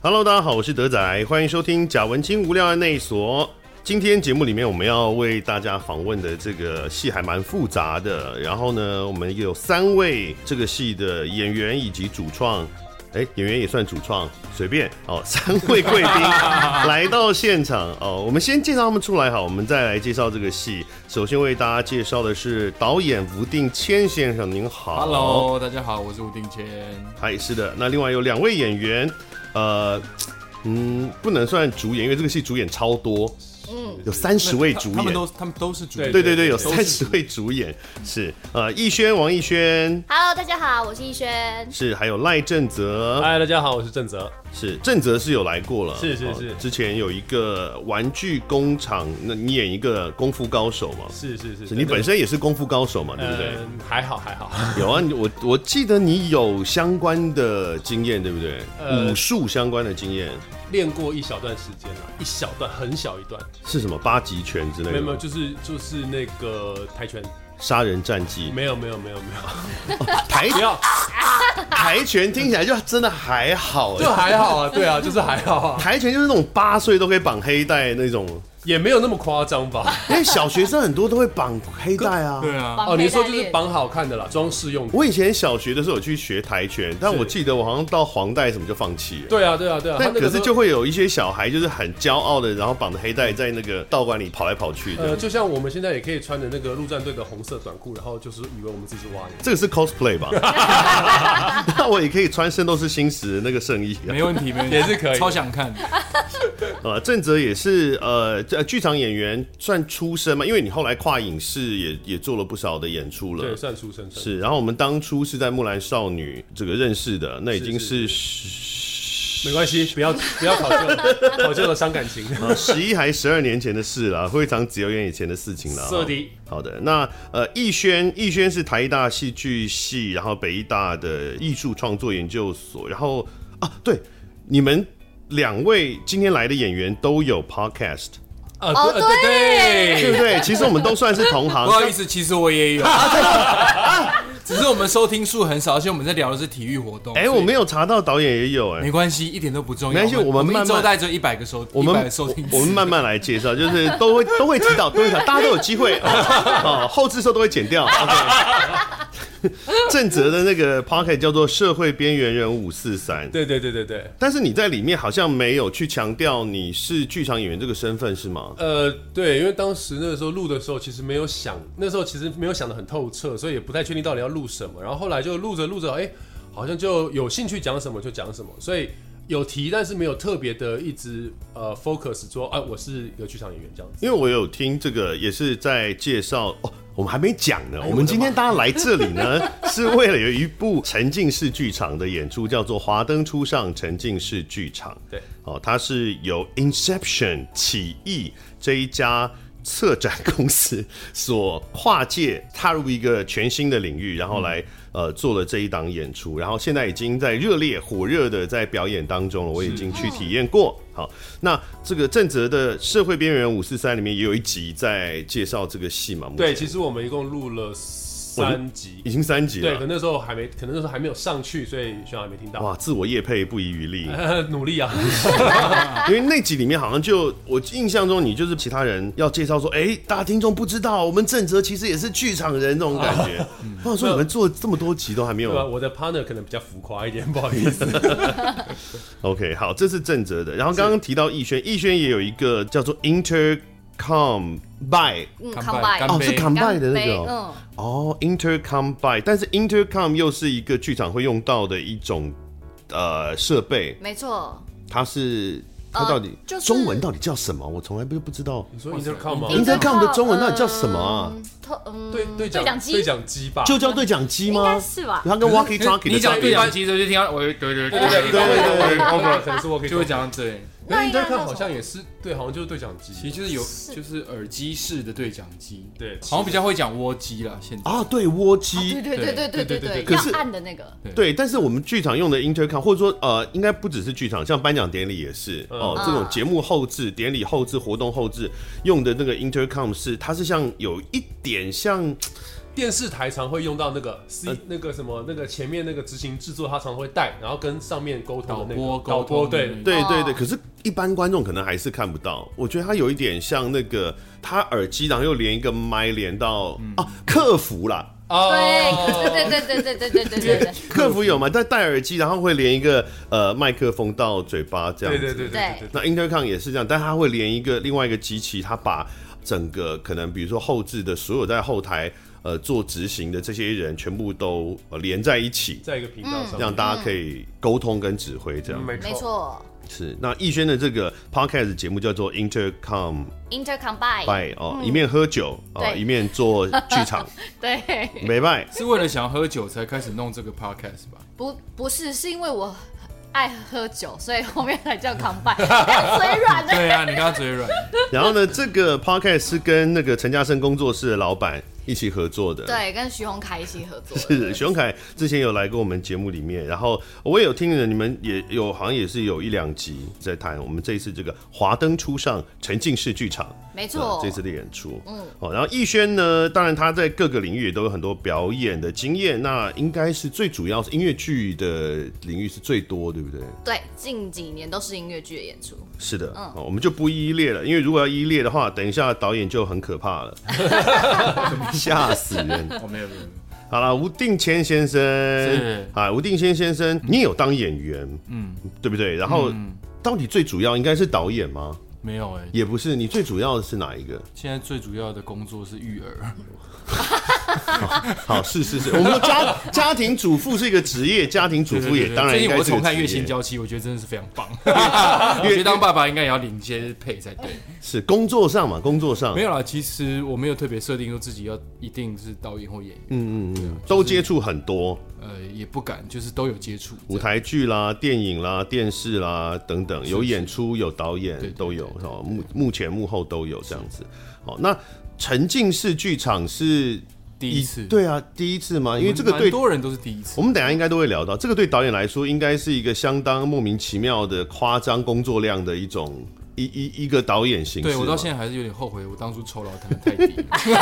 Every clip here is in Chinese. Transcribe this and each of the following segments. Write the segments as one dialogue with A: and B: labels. A: Hello，大家好，我是德仔，欢迎收听贾文清无聊案内所。今天节目里面我们要为大家访问的这个戏还蛮复杂的，然后呢，我们有三位这个戏的演员以及主创。哎，演员也算主创，随便哦。 三位贵宾来到现场哦，我们先介绍他们出来好，我们再来介绍这个戏。首先为大家介绍的是导演吴定谦先生，您好。
B: Hello，大家好，我是吴定谦。
A: 嗨，是的。那另外有两位演员，呃，嗯，不能算主演，因为这个戏主演超多，嗯，有三十位主
B: 他们
A: 演。
B: 都他们都是主演，
A: 对对对，有
B: 都
A: 三十位主演是呃，逸轩、王逸轩
C: Hello，大家好，我是逸轩。
A: 是，还有赖正泽
D: 嗨，大家好，我是郑泽。
A: 是，正泽是有来过了，
D: 啊
A: 哦
D: 是是是
A: 之前有一个玩具工厂，那你演一个功夫高手嘛？
D: 是是是，
A: 是你本身也是功夫高手嘛？对不对？
D: 呃还好还好，
A: 有啊，你我我记得你有相关的经验，对不对？
D: 呃
A: 武术相关的经验
D: 练过一小段时间了，一小段很小一段，
A: 是什么？八极拳之类
D: 没
A: 的
D: 有
A: 吗？
D: 没有，就是就是那个跆拳，
A: 杀人战绩，
D: 没有没有没有 没有，
A: 跆
D: 不要，
A: 跆拳听起来就真的还好欸
D: 就还好啊，对啊，就是还好啊，
A: 跆拳就是那种八岁都可以绑黑带那 种，
D: 也没有那么夸张吧？
A: 因为小学生很多都会绑黑带啊。
B: 对啊，
D: 哦，你说就是绑好看的啦，装饰用的。
A: 我以前小学的时候有去学跆拳，但
D: 是
A: 我记得我好像到黄带什么就放弃了。
D: 对啊对啊对啊，他
A: 但
D: 那
A: 可
D: 个
A: 是
D: 时候
A: 就会有一些小孩就是很骄傲的，然后绑着黑带在那个道馆里跑来跑去的。
D: 呃，就像我们现在也可以穿着那个陆战队的红色短裤，然后就是以为我们自己是蛙人。
A: 这个是 cosplay 吧？那我也可以穿《圣斗士星矢》那个圣衣、啊。
B: 没问题，没问题，
D: 也是可以
B: 超想看。
A: 呃，郑则也是呃，这剧场演员算出身嘛，因为你后来跨影视也也做了不少的演出
D: 对，
A: 了。
D: 算出身算
A: 是，然后我们当初是在《木兰少女》这个认识的，那已经是
D: 是
A: 十
D: 没关系，不要不要考究 了，考究了伤感情。
A: 呃十一还十二年前的事了，非常子由园以前的事情了。啊
D: 色迪
A: 好的，那呃，逸轩，逸轩是台大戏剧系，然后北艺大的艺术创作研究所，然后啊，对，你们两位今天来的演员都有 podcast，
D: 啊，
C: 哦
D: 对对
A: 对不对？其实我们都算是同行
B: 不，好意思，其实我也有， 只是我们收听数很少，而且我们在聊的是体育活动。
A: 哎、
B: 所以
A: 我没有查到导演也有哎、
B: 没关系，一点都不重要。
A: 没关系我
B: 我
A: 们慢慢
B: 一周带着一百个收，
A: 我
B: 100
A: 们
B: 个收听数
A: 我们慢 慢来介绍，就是都会都会提到，都会提到，大家都有机会哦哦，后置时候都会剪掉。OK 郑则的那个 pocket 叫做《社会边缘人五四三》，
D: 对对对对对，
A: 但是你在里面好像没有去强调你是剧场演员这个身份，是吗？
D: 呃，对，因为当时那个时候录的时候，其实没有想，那时候其实没有想的很透彻，所以也不太确定到底要录什么。然后后来就录着录着，哎，好像就有兴趣讲什么就讲什么，所以有提，但是没有特别的一直呃 focus 说，哎、我是一个剧场演员这样子。
A: 因为我有听这个，也是在介绍哦。我们还没讲呢，我们今天大家来这里呢， 是为了有一部沉浸式剧场的演出，叫做《华灯初上》沉浸式剧场。
D: 对，
A: 哦，它是由 Inception 起义这一家策展公司所跨界踏入一个全新的领域，然
D: 嗯
A: 后来、呃做了这一档演出，然后现在已经在热烈火热的在表演当中了，我已经去体验过。好，那这个郑则的《社会边缘人五四三》里面也有一集在介绍这个戏嘛？目前
D: 对，其实我们一共录了三集
A: 已，经三集
D: 对，可
A: 了。
D: 那时候还没，可能那时候还没有上去，所以学长还没听到。
A: 哇，自我业配不遗余力，
D: 努 力啊！
A: 因为那集里面好像就我印象中，你就是其他人要介绍说，哎、大家听众不知道，我们郑哲其实也是剧场人这种感觉。我想说你们做这么多集都还没
D: 对吧？
A: 有
D: 我的 partner 可能比较浮夸一点，不好意 思。
A: OK，好，这是郑哲的。然后刚刚提到逸轩，逸轩也有一个叫做 Intercom by
C: 嗯
B: 干
C: 康
B: 拜
C: 拜
B: 干
A: 哦，是
B: 杯
A: com by 的那
C: 杯
A: 个哦
C: 嗯，
A: 哦，Intercom by，但是 Intercom 又是一个剧场会用到的一种呃设备，
C: 没错，
A: 它是它
C: 呃
A: 到底、
C: 就是
A: 中文到底叫什么？我从来不不知道。
D: 你说 intercom 吗？
A: Inter- Intercom 的中文到底叫什么啊
C: 嗯？特呃嗯，
D: 对对
C: 对
D: 讲
C: 讲
D: 对
C: 机
D: 讲机吧，
A: 就叫对讲机
C: 应该
A: 吗？
C: 是吧？
A: 它跟 walkie talkie 的
B: 你
A: 差
B: 讲对
A: 别
B: 讲机，就听到我，对对对对
D: 对对对对对，over 可能是我可以
B: 就会，讲到对，
D: 可是
C: 那应该叫什
D: intercom
C: 么
D: 好像也是对，好像就是对讲机，
B: 其实就是有就是耳机式的对讲机，
D: 对，
B: 好像比较会讲窝机了。现在
A: 啊，对，窝
C: 哦对
A: 机。
C: 对对对对对
D: 对对对
C: 对
A: 可
C: 对，
A: 是
C: 要按的那个，
A: 对，但是我们剧场用的 intercom，或者说呃，应该不只是剧场，像颁奖典礼也是
D: 嗯
A: 哦、这种节目后置、典礼后置、活动后置用的那个 intercom 是，它是像有一点像
D: 电视台常会用到那个 C、那
B: 呃
D: 个什么那个前面那个执行制作，他常会带，然后跟上面沟通
B: 导
D: 的那
B: 播
D: 个
B: 沟
D: 导播
B: 通的嗯那个
D: 对
A: 对对
C: 哦
A: 对，可是，一般观众可能还是看不到。我觉得它有一点像那个，它耳机然后又连一个麦连到、啊，客服啦，
D: 啊
C: 对对对对对对对对对对，
A: 客服有嘛？但戴耳机然后会连一个呃麦克风到嘴巴这样
D: 对
A: 子。
D: 对对对对对
A: 那 Intercom 也是这样，但它会连一个另外一个机器，它把整个可能比如说后置的所有在后台呃做执行的这些人全部都、呃连在一起，
D: 在一个频道上
A: 让
D: 面，嗯
A: 大家可以沟通跟指挥这样。
C: 嗯没错
A: 是，那逸轩的这个 podcast 节目叫做 Intercom
C: ，intercombine，
A: by 哦，一面喝酒啊、哦，
C: 嗯对
A: 一面做剧场，
C: 对，
A: 没拜。
B: 是为了想喝酒才开始弄这个 podcast 吧？
C: 不不是，是因为我爱喝酒，所以后面才叫 combine，嘴软的。
B: 对啊，你刚刚嘴软，
A: 然后呢，这个 podcast 是跟那个陈嘉生工作室的老板一起合作的。。
C: 对，跟徐宏凯一起合作的。
A: 是熊凯之前有来过我们节目里面，然后我也有听了，你们也有好像也是有一两集在谈我们这一次这个华灯初上沉浸式剧场，
C: 没
A: 呃
C: 错，
A: 这次的演出，嗯，哦，然后逸轩呢，当然他在各个领域也都有很多表演的经验，那应该是最主要是音乐剧的领域是最多，对不对？
C: 对近几年都是音乐剧的演出，
A: 是的，哦，我们就不一一列了，因为如果要一一列的话，等一下导演就很可怕了，吓死人。
B: 我没有没有。没有
A: 好了，吴定谦先生
B: 是
A: 啊，吴定谦先生，你有当演员，嗯，对不对？然后、
B: 嗯
A: 到底最主要应该是导演吗？
B: 没有哎、
A: 也不是，你最主要的是哪一个？
B: 现在最主要的工作是 育儿，
A: 好，是是是，我们说家家庭主妇是一个职业，家庭主妇也当然
B: 最
A: 应
B: 近
A: 该
B: 我
A: 是
B: 重
A: 个
B: 看
A: 职
B: 《
A: 业
B: 月薪娇妻》，我觉得真的是非常 棒。 我觉得当爸爸应该也要领一些配才对。
A: 是工作上嘛，工作上
B: 没有啦，其实我没有特别设定说自己要一定是导演或演员，
A: 嗯都接触很多
B: 呃，也不敢，就是都有接触。
A: 舞台剧啦、电影啦、电视啦等等，有演出有导
B: 对
A: 演
B: 对
A: 都有哦，幕幕前幕后都有这样子。好，那沉浸式剧场是
B: 第一次，，
A: 对啊，第一次嘛，因为这个对
B: 蛮多人都是第一次
A: 我。们等一下应该都会聊到，这个对导演来说应该是一个相当莫名其妙的夸张工作量的一种一一一个导演形式嘛。
B: 对我到现在还是有点后悔，我当初酬劳谈的太低 了，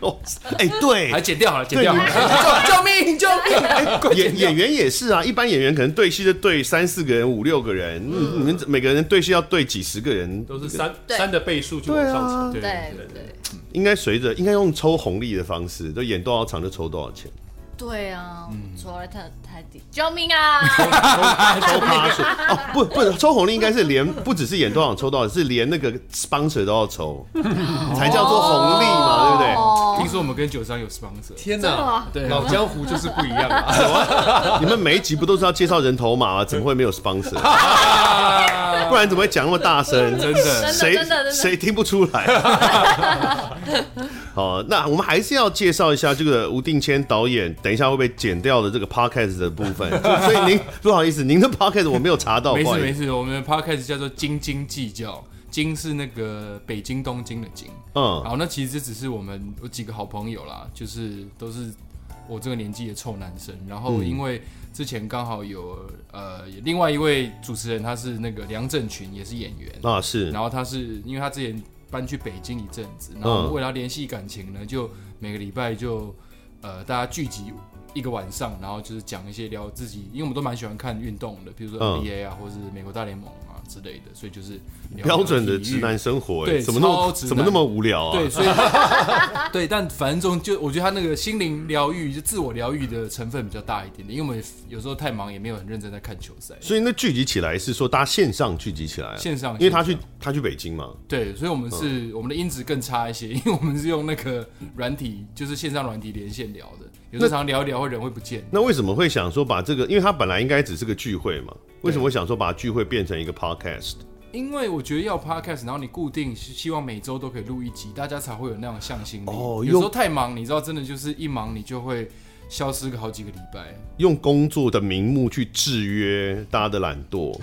A: 哦，哎、对
B: 还，剪掉好了，剪掉好了，救救 命救命！快
A: 演
B: 剪掉
A: 演员也是啊，一般演员可能对戏就对三四个人、五六个人，嗯你们每个人对戏要对几十个人，
D: 都是三
C: 对
D: 三的倍数就往上
A: 啊
D: 冲，
B: 对
C: 对
D: 对
C: 对
A: 应该随着应该用抽红利的方式，就演多少场就抽多少钱，
C: 对啊，
A: 嗯
C: 除了太太低，救命啊！
A: 抽趴数 哦，不不，抽红利应该是连不只是演多少场抽多少，是连那个 sponsor 都要抽，才叫做红利嘛， 对
C: 哦
A: 不对？
B: 听说我们跟酒商有 sponsor，
D: 天
C: 真的
D: 哪
C: 吗，
B: 对
D: 老江湖就是不一样 啊！
A: 你们每一集不都是要介绍人头马吗？怎么会没有 sponsor？不然怎么会讲那么大声？
B: 真的
A: 谁
C: 真的真的
A: 谁听不出来？ 好，那我们还是要介绍一下这个吴定谦导演，等一下会被剪掉的这个 podcast 的部分。就所以您不好意思，您的 podcast 我没有查到，
B: 没
A: 不好
B: 事
A: 意思
B: 没事，我们的 podcast 叫做斤斤计较，斤是那个北京东京的斤，
A: 嗯，
B: 好，那其实这只是我们有几个好朋友啦，就是都是我这个年纪的臭男生。然
A: 嗯
B: 后因为之前刚好有呃另外一位主持人，他是那个梁振群，也是演员。
A: 那啊是嗯
B: 然后他是因为他之前搬去北京一阵子，然后我们为了要联系感情呢，就每个礼拜就呃大家聚集一个晚上，然后就是讲一些聊自己，因为我们都蛮喜欢看运动的，比如说
A: 嗯
B: NBA 啊，或是美国大联盟啊之类的，所以就是聊
A: 标准的
B: 体育
A: 直男生活、欸，
B: 对
A: 怎么那么
B: 超直男
A: 怎么那么无聊啊？
B: 对，所以 对，但反正中就我觉得他那个心灵疗愈，就自我疗愈的成分比较大一点点，因为我们也有时候太忙，也没有很认真在看球赛。
A: 所以那聚集起来是说大家线上聚集起来、啊，
B: 线上
A: 因为他
B: 线
A: 去他去北京嘛，
B: 对，所以我们是、
A: 嗯
B: 我们的音质更差一些， 因为我们是用那个软体，就是线上软体连线聊的，有时候常聊一聊会人会不见。
A: 那为什么会想说把这个？因为它本来应该只是个聚会嘛，为什么会想说把聚会变成一个 podcast？
B: 因为我觉得要 podcast，然后你固定希希望每周都可以录一集，大家才会有那种向心力。
A: 哦
B: 有时候
A: 用
B: 太忙，你知道，真的就是一忙你就会消失个好几个礼 拜。
A: 用工作的名目去制约大家的懒惰，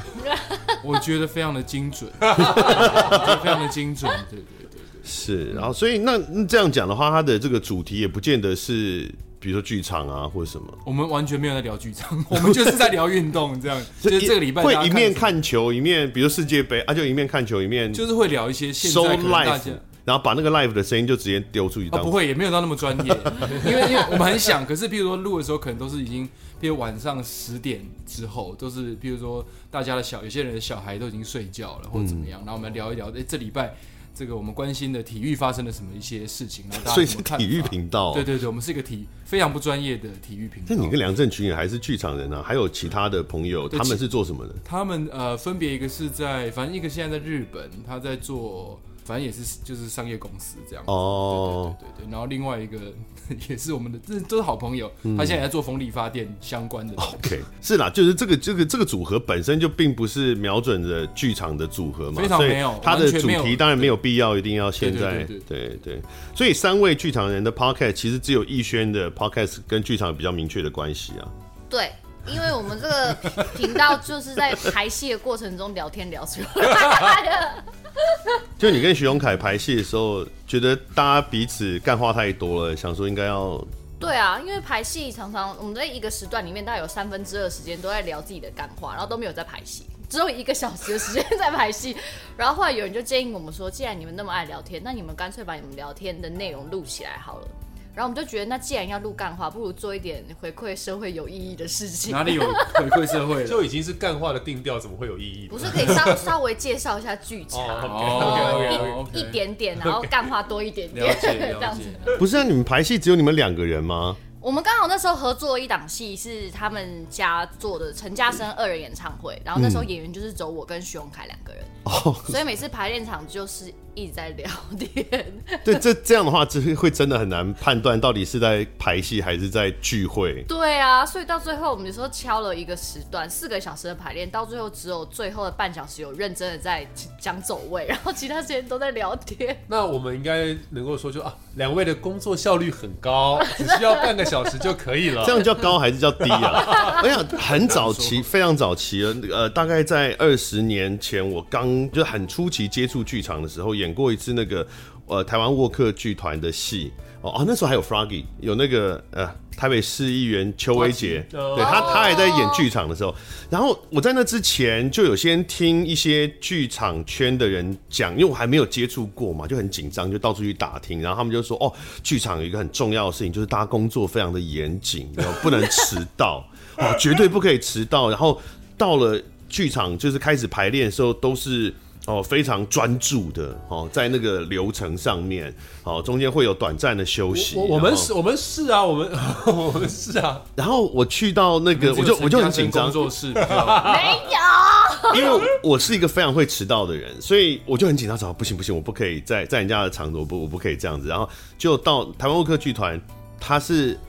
B: 我觉得非常的 精准，我觉得非常的精准，对对对对。
A: 是。然后，所以那那这样讲的话，它的这个主题也不见得是，比如说剧场啊或者什么，
B: 我们完全没有在聊 剧场，我们就是在聊运动，这样就是这个礼拜
A: 会
B: 大家
A: 一面
B: 什么，
A: 看球，一面比如世界杯啊，就一面看球一面
B: 就是会聊一些现
A: 收
B: 在可能大
A: life
B: 家。
A: 然后把那个 live 的声音就直接丢出去
B: 啊，
A: 当
B: 不会，也没有到那么专业， 因为因为我们很想，可是譬如说录的时候，可能都是已经，譬如晚上十点之后，都是譬如说大家的小，有些人的小孩都已经睡觉了，或者怎
A: 嗯
B: 么样，然后我们聊一聊，哎、这礼拜这个我们关心的体育发生了什么一些事情，啊然后大
A: 所
B: 家
A: 以
B: 怎
A: 是
B: 么看？
A: 体育频道、哦
B: 对对对，我们是一个体非常不专业的体育频道
A: 那。你跟梁振群也还是剧场人啊，还有其他的朋友，
B: 对
A: 他们是做什么的？
B: 他们呃，分别一个是在，反正一个现在在日本，他在做，反正也是就是商业公司这样子。
A: 哦
B: 对对对对。然后另外一个 也是我们的，这都是好朋友，
A: 嗯
B: 他现在也在做风力发电相关的。
A: ，OK，是啦，就是这个这个这个组合本身就并不是瞄准着剧场的组合嘛，
B: 非常
A: 所以
B: 没有
A: 它的
B: 完全
A: 主
B: 没有
A: 题当然没有必要一定要现在，
B: 对对
A: 对所以三位剧场人的 podcast 其实只有逸轩的 podcast 跟剧场比较明确的关系啊。
C: 对，因为我们这个频道就是在排戏的过程中聊天聊出来。
A: 就你跟徐荣凯排戏的时候，觉得大家彼此干话太多了，想说应该要
C: 对啊，因为排戏常常我们在一个时段里面，大概有三分之二时间都在聊自己的干话，然后都没有在排戏，只有一个小时的时间在排戏。 然后后来有人就建议我们说，既然你们那么爱聊天，那你们干脆把你们聊天的内容录起来好了。然后我们就觉得，那既然要录干话，不如做一点回馈社会有意义的事情。
B: 哪里有回馈 社会了？
D: 就已经是干话的定调，怎么会有意义呢？
C: 不是可以稍稍微介绍一下剧啊场，
D: 哦
C: 哦
B: OK，OK，OK，OK
C: 一一点点，然后干话多一点
B: 了
C: 点，
B: 解
C: 这
B: 了
C: 样
B: 解
C: 子。。
A: 不是啊？你们排戏只有你们两个人吗？
C: 我们刚好那时候合作一档戏是他们家做的陈嘉生二人演唱会，然后那时候演员就是走我跟徐荣凯两个人，
A: 哦，
C: 所以每次排练场就是一直在聊天。
A: 对，这这样的话，只是会真的很难判断到底是在排戏还是在聚会。
C: 对啊，所以到最后我们有时候敲了一个时段，四个小时的排练，到最后只有最后的半小时有认真的在讲走位，然后其他时间都在聊天。
D: 那我们应该能够说就，啊，两位的工作效率很高，只需要半个小时就可以了
A: 这。样叫高还是叫低啊？我想很早期，非常早期了，呃，大概在二十年前，我刚就很初期接触剧场的时候，演过一次那个呃台湾沃克剧团的戏。哦哦，那时候还有 Froggy，有那个呃台北市议员邱威杰，
D: 哦
A: 对他他还在演剧场的时候，然后我在那之前就有先听一些剧场圈的人讲，因为我还没有接触过嘛，就很紧张，就到处去打听。然后他们就说，哦，剧场有一个很重要的事情，就是大家工作非常的严谨，然后不能迟到，哦，绝对不可以迟到。然后到了剧场，就是开始排练的时候，都是。哦，非常专注的哦，在那个流程上面，哦，中间会有短暂的休息。
D: 我我们
A: 然后
D: 是，我们是啊，我们 我们是啊，
A: 然后我去到那个，我就我就很紧张
B: 工，作室比较
C: 没有，
A: 因为我是一个非常会迟到的人，所以我就很紧张，说不行不行，我不可以在在人家的场子，我不我不可以这样子。然后就到台湾沃克剧团，他是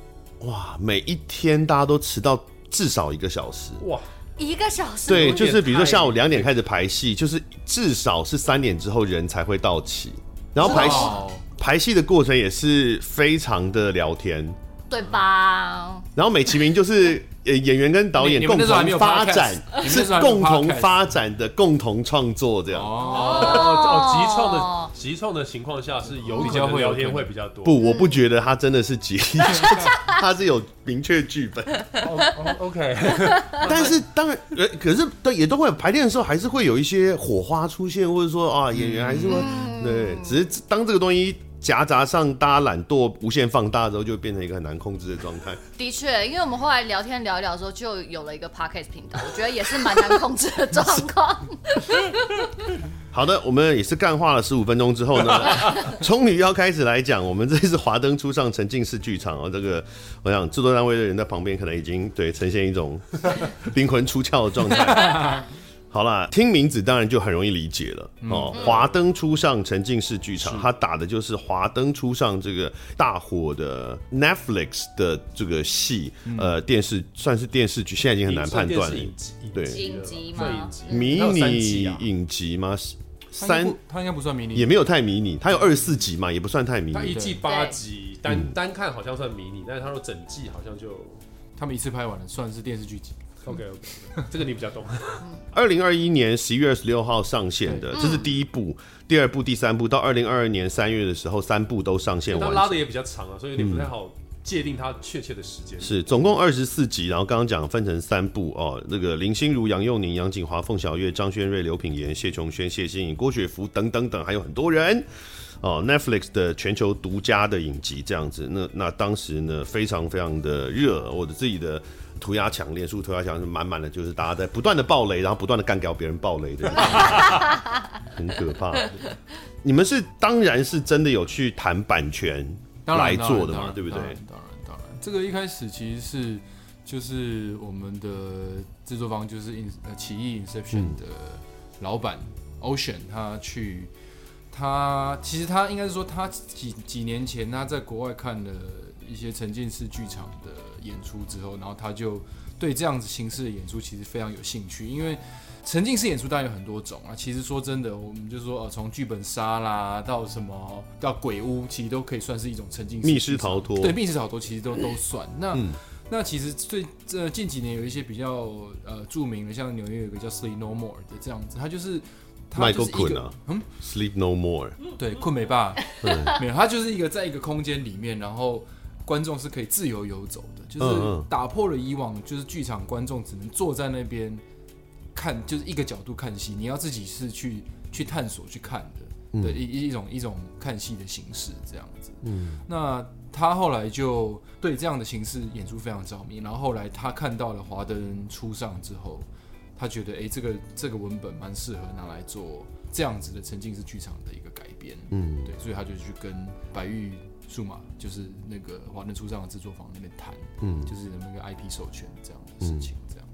A: 哇，每一天大家都迟到至少一个小时。
D: 哇，
C: 一个小时
A: 对，就是比如说
D: 太
A: 下午两点开始排戏，就是至少是三点之后人才会到齐。然后排戏
B: 好。
A: 排戏的过程也是非常的聊天，
C: 对吧？
A: 然后美其名就是 呃演员跟导演
B: 你你
A: 共
B: 们那时候还没
A: 同
B: 有
A: 发展
B: podcast，你，们
A: 是
B: 那时候还没有
A: 共同
B: podcast
A: 发展的共同创作这样。
B: 哦，
D: 哦哦，集创的集创的情况下是有
B: 比
D: 可
B: 较
D: 能
B: 会有
D: 聊天
B: 可能
D: 会比较多。
A: 不，我不觉得他真的是急， 他是有明确剧本，
D: 哦哦，OK，
A: 但是当然，呃，可是都也都会有排练的时候，还是会有一些火花出现，或者说啊，演员还是会、对，只是当这个东西夹杂上大家懒惰无限放大之后，就会变成一个很难控制的状态。
C: 的确，因为我们后来聊天聊一聊的时候，就有了一个 podcast 频道，我觉得也是蛮难控制的状况。
A: 好的，我们也是干话了十五分钟之后呢， 终于要开始来讲我们这次华灯初上沉浸式剧场哦，这个我想制作单位的人在旁边可能已经对呈现一种灵魂出窍的状态。 好啦，听名字当然就很容易理解了哦。
D: 嗯
A: 华灯初上沉浸式剧场，它打的就是华灯初上这个大火的 Netflix 的这个戏，
D: 嗯
A: 呃，电视算是电视剧，现在已经很难判断了。欸
D: 影集
A: 对
C: 影集吗
D: 影集
A: 迷
D: 它有三
A: 你
D: 集啊
A: 影集吗？
B: 他应该
A: 三
B: 不他应该不算迷你，
A: 也没有太迷你，它有二十四集嘛，也不算太迷
D: 它一
A: 你。
D: 季八集，
A: 嗯
D: 单单看好像算迷你，但是它说整季好 像就
B: 他们一次拍完了，算是电视剧集。
D: OK OK，这个你比较懂。
A: 二零二一年十一月二十六号上线的，这是第一部，第二部、第三部，到二零二二年三月的时候，三部都上线
D: 它
A: 完嗯
D: 拉
A: 成。
D: 的也比较长啊，所以有点不太好界定它确切的时间。
A: 是总共二十四集，然后刚刚讲分成三部哦。那个林心如、杨佑宁、杨锦华、凤小岳、张轩瑞、刘品言、谢琼轩、谢欣颖、郭雪芙等等等，还有很多人哦。Netflix 的全球独家的影集这样子，那那当时呢非常非常的热，我的自己的涂鸦墙、脸书涂鸦墙是满满的，就是大家在不断的爆雷，然后不断的干掉别人爆雷的，很可怕。你们是当然是真的有去谈版权
B: 当然
A: 来做的嘛，
B: 当然
A: 对不对
B: 当？然，当然，当然，这个一开始其实是就是我们的制作方就是 In 呃奇异
A: 嗯
B: Inception 的老板 Ocean，他去他其实他应该是说他几几年前他在国外看了一些沉浸式剧场的演出之后，然后他就对这样子形式的演出其实非常有兴趣，因为沉浸式演出当然有很多种啊。其实说真的，我们就说呃，从剧本杀啦到什么到鬼屋，其实都可以算是一种沉浸式
A: 密
B: 剧
A: 室
B: 场
A: 逃脱，
B: 对，密室逃脱其实都都算。那、
A: 嗯
B: 那其实最这近几年有一些比较呃著名的，像纽约有一个叫 Sleep No More 的这样子，他就是他就
A: Michael
B: 是一
A: 困
B: 个
A: 啊
B: 嗯
A: ，Sleep No More，
B: 对困美吧，
A: 嗯
B: 没有，他就是一个在一个空间里面，然后观众是可以自由游走的，就
A: 嗯
B: 是
A: 嗯
B: 打破了以往就是剧场观众只能坐在那边看，就是一个角度看戏，你要自己是去去探索去看的。的一一一种一种看戏的形式这样子。嗯，那他后来就对这样的形式演出非常着迷，然后后来他看到了华灯初上之后，他觉得诶，这个这个文本蛮适合拿来做这样子的沉浸式剧场的一个改编。
A: 嗯，
B: 对，所以他就去跟白玉数码，就是那个华灯初上的制作方那边谈，
A: 嗯
B: 嗯，就是那个 IP 授权这样的事情，这样。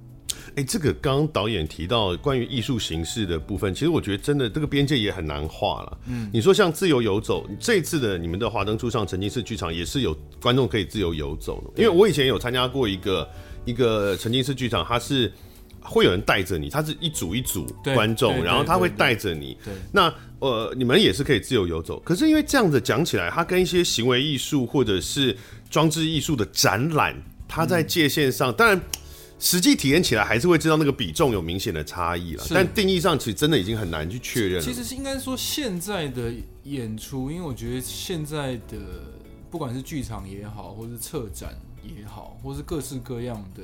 A: 哎、这个刚刚导演提到关于艺术形式的部分，其实我觉得真的这个边界也很难画了。嗯，你说像自由游走，这次的你们的华灯初上沉浸式剧场也是有观众可以自由游走的，因为我以前有参加过一个一个沉浸式剧场，它是会有人带着你，它是一组一组
B: 对
A: 观
B: 对
A: 众，
B: 对
A: 然后他会
B: 对对
A: 带着你，
B: 对，
A: 那呃，你们也是可以自由游走，可是因为这样子讲起来，它跟一些行为艺术或者是装置艺术的展览，它
B: 嗯
A: 在界限上，当然实际体验起来还是会知道那个比重有明显的差异了，
B: 是
A: 但定义上其实真的已经很难去确认了。
B: 其实是应该说现在的演出，因为我觉得现在的不管是剧场也好，或是策展也好，或是各式各样的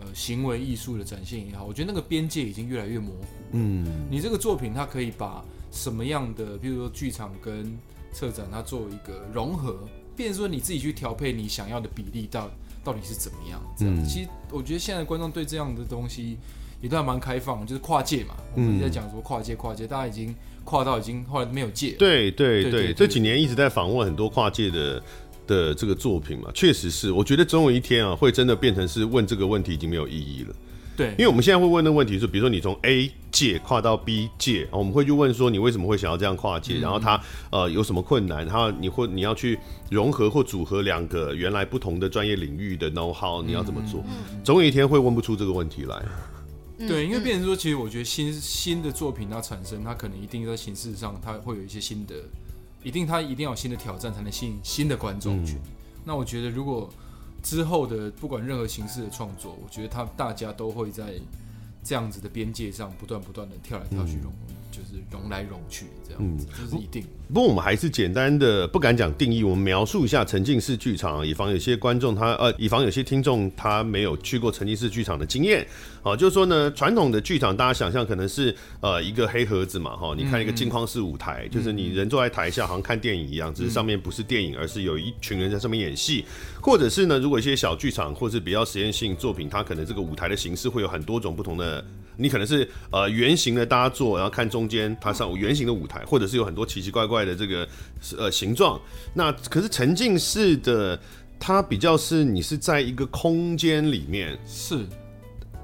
B: 呃行为艺术的展现也好，我觉得那个边界已经越来越模糊。嗯，你这个作品它可以把什么样的，比如说剧场跟策展，它做一个融合，变成说你自己去调配你想要的比例到到底是怎么样。这样，其实我觉得现在观众对这样的东西。也都还蛮开放，就是跨界嘛。我们一直在讲说跨界，跨界，大家已经跨到已经后来没有界了。
A: 对对对
B: 对对对
A: 这几年一直在访问很多跨界的的这个作品嘛，确实是，我觉得总有一天啊，会真的变成是问这个问题已经没有意义了。
B: 对
A: 因为我们现在会问的问题是，比如说你从 A 界跨到 B 界，哦我们会去问说你为什么会想要这样跨界，然后它呃有什么困难，然后你会你要去融合或组合两个原来不同的专业领域的 know how，你要怎么做？总有一天会问不出这个问题来。
B: 对，因为变成说，其实我觉得新新的作品它产生，它可能一定在形式上，它会有一些新的，一定它一定要有新的挑战，才能吸引新的观众群。那我觉得，如果之后的不管任何形式的创作，我觉得它大家都会在这样子的边界上不断不断的跳来跳去融，就是融来融去这样子，这是一定的。
A: 不过我们还是简单的，不敢讲定义，我们描述一下沉浸式剧场，以防有些观众他呃，以防有些听众他没有去过沉浸式剧场的经验。好、就是说呢，传统的剧场大家想象可能是呃一个黑盒子嘛，哈、你看一个镜框式舞台，就是你人坐在台下，好像看电影一样，只是上面不是电影，而是有一群人在上面演戏。或者是呢，如果一些小剧场或是比较实验性作品，它可能这个舞台的形式会有很多种不同的。你可能是呃圆形的搭座，然后看中间它上圆形的舞台，或者是有很多奇奇怪怪的这个呃形状。那可是沉浸式的，它比较是你是在一个空间里面，
B: 是，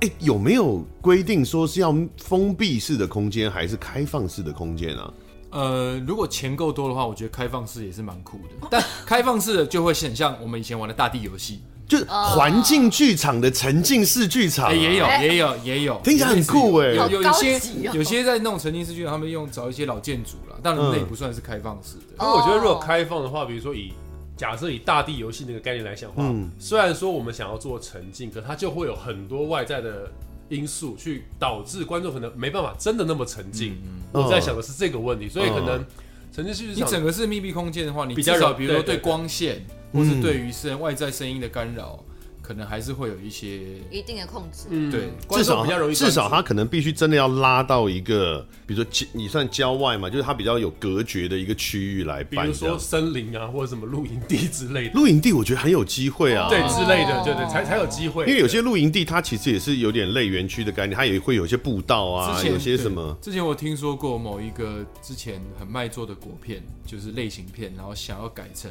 A: 哎，有没有规定说是要封闭式的空间还是开放式的空间啊？
B: 呃，如果钱够多的话，我觉得开放式也是蛮酷的。但开放式的就会很像我们以前玩的大地游戏，
A: 就是环境剧场的沉浸式剧场啊、
B: 哎，也有，
C: 哎
B: 也有，也有，
A: 听起来很酷哎
B: 有有有
C: 好高
B: 些
C: 级哦
B: 有些在那种沉浸式剧场，他们用找一些老建筑啦，当然
A: 嗯
B: 那也不算是开放式的。
D: 因为我觉得如
C: 哦
D: 果开放的话，比如说以假设以大地游戏那个概念来讲的话，
A: 嗯
D: 虽然说我们想要做沉浸，可它就会有很多外在的因素去导致观众可能没办法真的那么沉浸。我在想的是
A: 嗯
D: 这个问题，所以可能沉浸式剧
B: 你
D: 场
B: 整个是密闭空间的话，你
D: 比
B: 至
D: 较
B: 少
D: 容
B: 比如说
D: 对对
B: 对
D: 对
B: 光线，或
A: 嗯
B: 是对于声外在声音的干扰，可能还是会有一些
C: 一定的控制。
D: 嗯
B: 对
D: 观
A: 至
D: 众
A: 少
D: 比较容易
A: 至少
D: 关
A: 他可能必须真的要拉到一个，比如说郊你算郊外嘛，就是他比较有隔绝的一个区域来
D: 注，比
A: 办
D: 如
A: 这样
D: 说。森林啊，或者什么露营地之类的，
A: 露营地我觉得很有机会啊，
D: 对之类的，对对，才才有机会。
A: 因为有些露营地它其实也是有点类园区的概念，它也会有一些步道啊，
B: 之前
A: 有些什么
B: 对之前我听说过某一个之前很卖座的国片，就是类型片，然后想要改成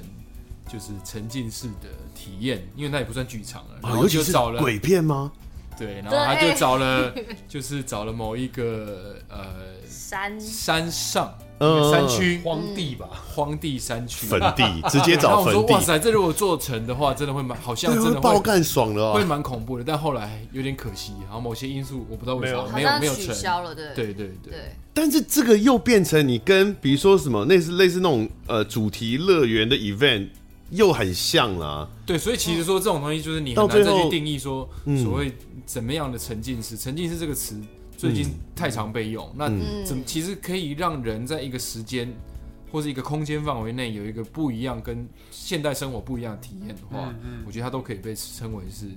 B: 就是沉浸式的体验，因为那也不算剧场了，然
A: 啊，
B: 后
A: 尤其
B: 就是找了
A: 鬼片 吗？
B: 对，然后他就找了 就是找了某一个呃
C: 山
B: 山上
A: 嗯
B: 山区
D: 荒地吧，
B: 荒地山区
A: 粉地，直接
B: 然
A: 找
B: 后我
A: 粉
B: 说哇
A: 地，
B: 塞，这如果做成的话，真的会蛮好像
A: 对，
B: 真
A: 会
B: 的
A: 爆
B: 会
A: 干爽了
B: 会
A: 哦。
B: 蛮恐怖的，但后来有点可惜，然后某些因素我不知道为什么
C: 好
B: 没有
C: 像
B: 没有
C: 取消
B: 成，
C: 了，对
B: 对对对。
C: 对，
A: 但是这个又变成你跟比如说什么类似类似那种呃主题乐园的 event 又很像啦、
B: 对，所以其实说这种东西，就是你
A: 到
B: 很
A: 最
B: 难再
A: 后嗯
B: 去定义说所谓怎么样的沉浸式。沉浸式这个词最近
A: 嗯
B: 太常被用，那怎么其实可以让人在一个时间或是一个空间范围内有一个不一样跟现代生活不一样的体验的话，我觉得它都可以被称为是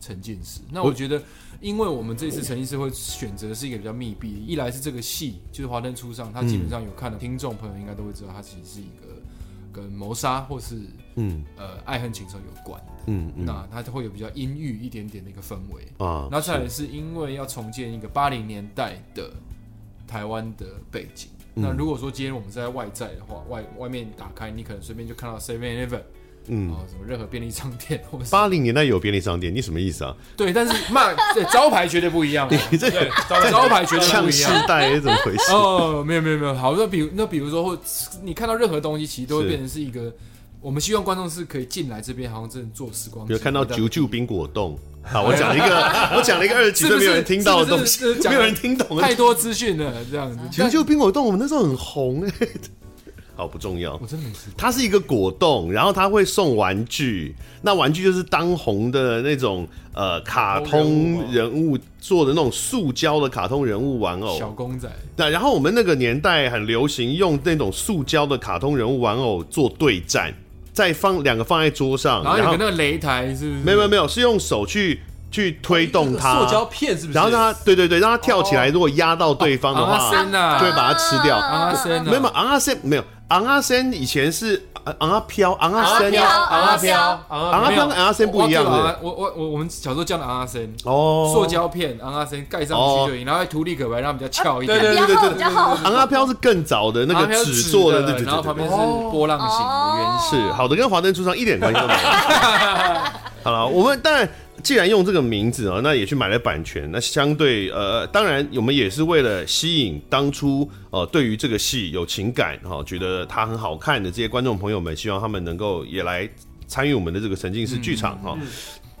B: 沉浸式。那我觉得，因为我们这次沉浸式会选择是一个比较密闭，一来是这个戏就是《华灯初上》，它基
A: 嗯
B: 本上有看的听众朋友应该都会知道，它其实是一个跟谋杀或是
A: 嗯
B: 呃爱恨情仇有关的，
A: 嗯嗯
B: 那它就会有比较阴郁一点点的一个氛围。
A: 啊，
B: 那再来是因为要重建一个八零年代的台湾的背景。
A: 嗯
B: 那如果说今天我们在外在的话，外外面打开，你可能随便就看到 Seven Eleven，
A: 嗯
B: 嗯，啊，什么任何便利商店，或者是
A: 八零年代有便利商店，你什么意思啊？
B: 对，但是 骂对招牌绝对不一样啊，
A: 你这
D: 对
A: 个，
D: 招 来
B: 招牌绝对不
A: 呛
B: 一
A: 世
B: 样。
A: 代是怎么回 事？
B: 哦，没有没有没有，好，那比如那比如说，或你看到任何东西，其实都会变成是一个，我们希望观众是可以进来这边，好像真的坐时光机，
A: 比如看到
B: 但
A: 九九冰果冻，好，我讲一 个，我讲了一个二十几岁没有人听到的东西
B: 是不是是不，是
A: 没有人听懂
B: 太
A: 的。
B: 多资讯了，这样子。
A: 九九冰果冻，我们那时候很红哎， 好不重要
B: 我。真的没吃过。
A: 它是一个果冻，然后它会送玩具，那玩具就是当红的那种呃卡通人物做的那种塑胶的卡通人物玩偶，
B: 小公仔，
A: 对，然后我们那个年代很流行用那种塑胶的卡通人物玩偶做对战，再放两个放在桌上，
B: 然后有个那个擂台，是不是？
A: 没有没有没有，是用手去去推动它，
D: 塑胶片是不是？哦
A: 然后让它对对对，让它跳起来，如果压到对方的
B: 阿
D: 啊
A: 话，
B: 森呐，
A: 就会把它吃掉。
B: 阿啊森呐，
A: 没有昂阿森没有昂阿森以前是呃昂阿飘昂阿森
C: 飘
D: 昂啊飘
A: 昂
D: 啊
A: 阿飘跟昂阿森不一样
B: 我
A: 的
B: 我我我我们小时候叫的阿森，
A: 哦，
B: 塑胶片阿森盖上
A: 哦
B: 去就赢，然后还涂力可白，让它比较翘一点。
D: 对对
C: 比
D: 对
C: 较厚比较厚。
A: 昂阿飘是更早哦的那
B: 然后它
A: 个
B: 有
A: 纸做的，对对对
B: 然后
A: 对
B: 旁边
A: 对，
B: 是波浪形的圆形。
A: 是好的，跟华灯初上一点关系都没有。好了，我们当然既然用这个名字啊，那也去买了版权，那相对呃，当然我们也是为了吸引当初呃对于这个戏有情感哈、觉得它很好看的这些观众朋友们，希望他们能够也来参与我们的这个沉浸式剧场哈、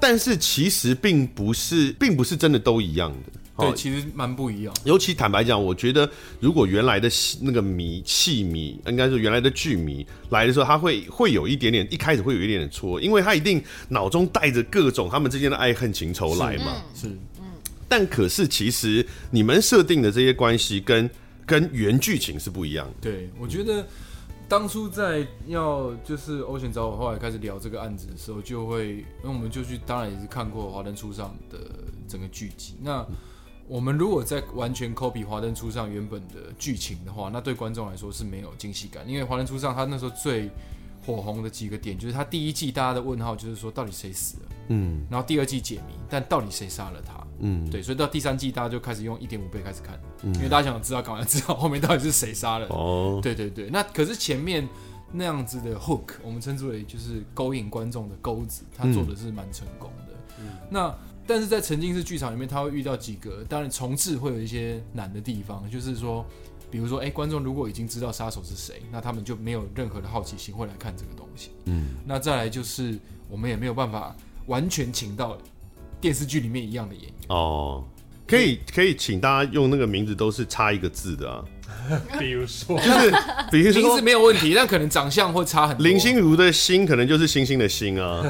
A: 但是其实并不是，并不是真的都一样的。
B: 对，
A: 哦。
B: 其实蛮不一样。
A: 尤其坦白讲，我觉得如果原来的戏那个迷戏迷，应该是原来的剧迷来的时候，他会会有一点点，一开始会有一点点戳，因为他一定脑中带着各种他们之间的爱恨情仇来嘛。
B: 是，
A: 但可是其实你们设定的这些关系跟跟原剧情是不一样的。
B: 对，我觉
A: 嗯
B: 得当初在要就是欧贤找我，后来开始聊这个案子的时候，就会，那我们就去，当然也是看过《华灯初上》的整个剧集。那我们如果在完全 copy《华灯初上》原本的剧情的话，那对观众来说是没有惊喜感，因为《华灯初上》它那时候最火红的几个点，就是它第一季大家的问号就是说到底谁死了，
A: 嗯
B: 然后第二季解谜，但到底谁杀了他？
A: 嗯，
B: 对，所以到第三季大家就开始用一点五倍开始看，因为大家想知道，赶快知道后面到底是谁杀了。
A: 哦，
B: 对对对，那可是前面那样子的 hook，我们称之为就是勾引观众的钩子，他做的是蛮成功的。
A: 嗯
B: 那但是在沉浸式剧场里面，他会遇到几个，当然重置会有一些难的地方，就是说，比如说，哎、观众如果已经知道杀手是谁，那他们就没有任何的好奇心会来看这个东西。
A: 嗯，
B: 那再来就是，我们也没有办法完全请到电视剧里面一样的演员。
A: 哦，可以可以，请大家用那个名字都是差一个字的啊。
D: 比如说，
A: 就是比如
B: 名字
A: 说
B: 没有问题，但可能长相会差很多。
A: 林心如的心可能就是星星的心啊，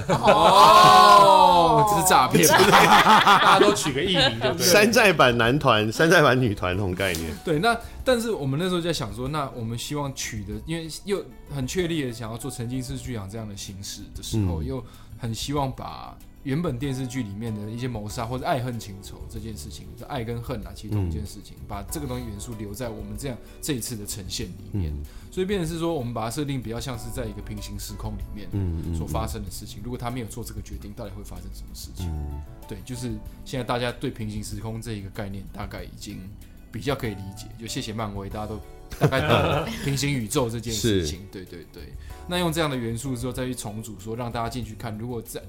B: 哦，这是诈骗 吧，
D: 大家都取个艺名就对
A: 山
D: 了。
A: 寨版男团、山寨版女团那种概念。
B: 对，那但是我们那时候就在想说，那我们希望取的，因为又很确立的想要做沉浸式剧场这样的形式的时候，
A: 嗯
B: 又很希望把原本电视剧里面的一些谋杀或者爱恨情仇这件事情，就爱跟恨啊，其实同一件事情，把这个东西元素留在我们这样这一次的呈现里面，
A: 嗯
B: 所以变成是说，我们把它设定比较像是在一个平行时空里面
A: 嗯嗯
B: 所发生的事情。如果他没有做这个决定，到底会发生什么事情？
A: 嗯
B: 对，就是现在大家对平行时空这一个概念大概已经比较可以理解，就谢谢漫威，大家都大概懂了平行宇宙这件事情。对对对，那用这样的元素之后再去重组，说让大家进去看，如果在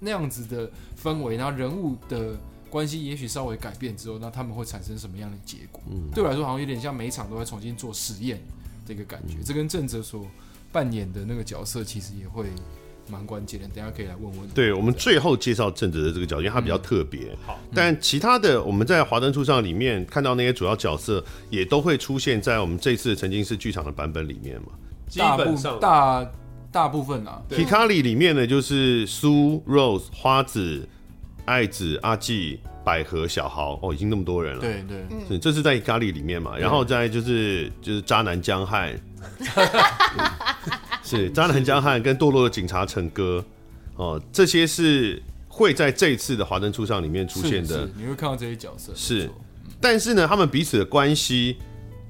B: 那样子的氛围，然后人物的关系也许稍微改变之后，那他们会产生什么样的结果？
A: 嗯
B: 对我来说，好像有点像每一场都在重新做实验的一个感觉。
A: 嗯
B: 这跟郑哲所扮演的那个角色其实也会蛮关键的，等一下可以来问问。
A: 对，我们最后介绍正直的这个角色，因为他比较特别。
D: 嗯好
A: 但其他的我们在《华灯初上》里面看到那些主要角色，也都会出现在我们这次曾经是剧场的版本里面嘛。
D: 基
B: 大
D: 本
B: 部
D: 上
B: 大大部分啊，
D: 对
A: Hikari 里面呢，就是苏、Rose、花子、爱子、阿纪、百合、小豪，哦，已经那么多人了。
B: 对对，
A: 是，这是在 Hikari 里面嘛，然后再就是就是渣男江 汉，是渣男江汉跟堕落的警察陈哥，哦，这些是会在这一次的《华灯初上》里面出现的。
B: 是是你会看到这些角色，
A: 是
B: 没错
A: 但是呢，他们彼此的关系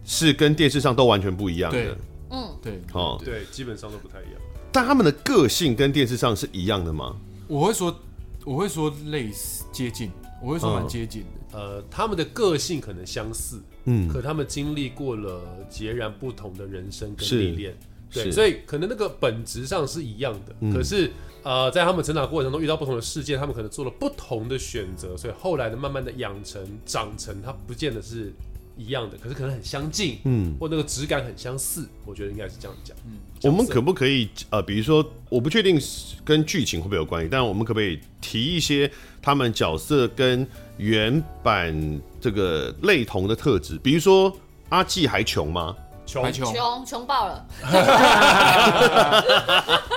A: 是跟电视上都完全不一样的
B: 对
C: 嗯，
B: 对。
A: 哦。
D: 对，基本上都不太一样。
A: 但他们的个性跟电视上是一样的吗？
B: 我会说，我会说类似接近，我会说蛮
A: 嗯
B: 接近的，
D: 呃，他们的个性可能相似，
A: 嗯
D: 可他们经历过了截然不同的人生跟
A: 是
D: 历练，对，
A: 是嗯
D: 所以可能那个本质上是一样的，可是呃，在他们成长过程中遇到不同的事件，他们可能做了不同的选择，所以后来的慢慢的养成、长成，它不见得是一样的，可是可能很相近，
A: 嗯，
D: 或那个质感很相似，我觉得应该是这样讲。
A: 我们可不可以呃，比如说，我不确定跟剧情会不会有关系，但我们可不可以提一些他们角色跟原版这个类同的特质？比如说阿纪还穷吗？
D: 穷
B: 还，穷
C: 穷穷爆了，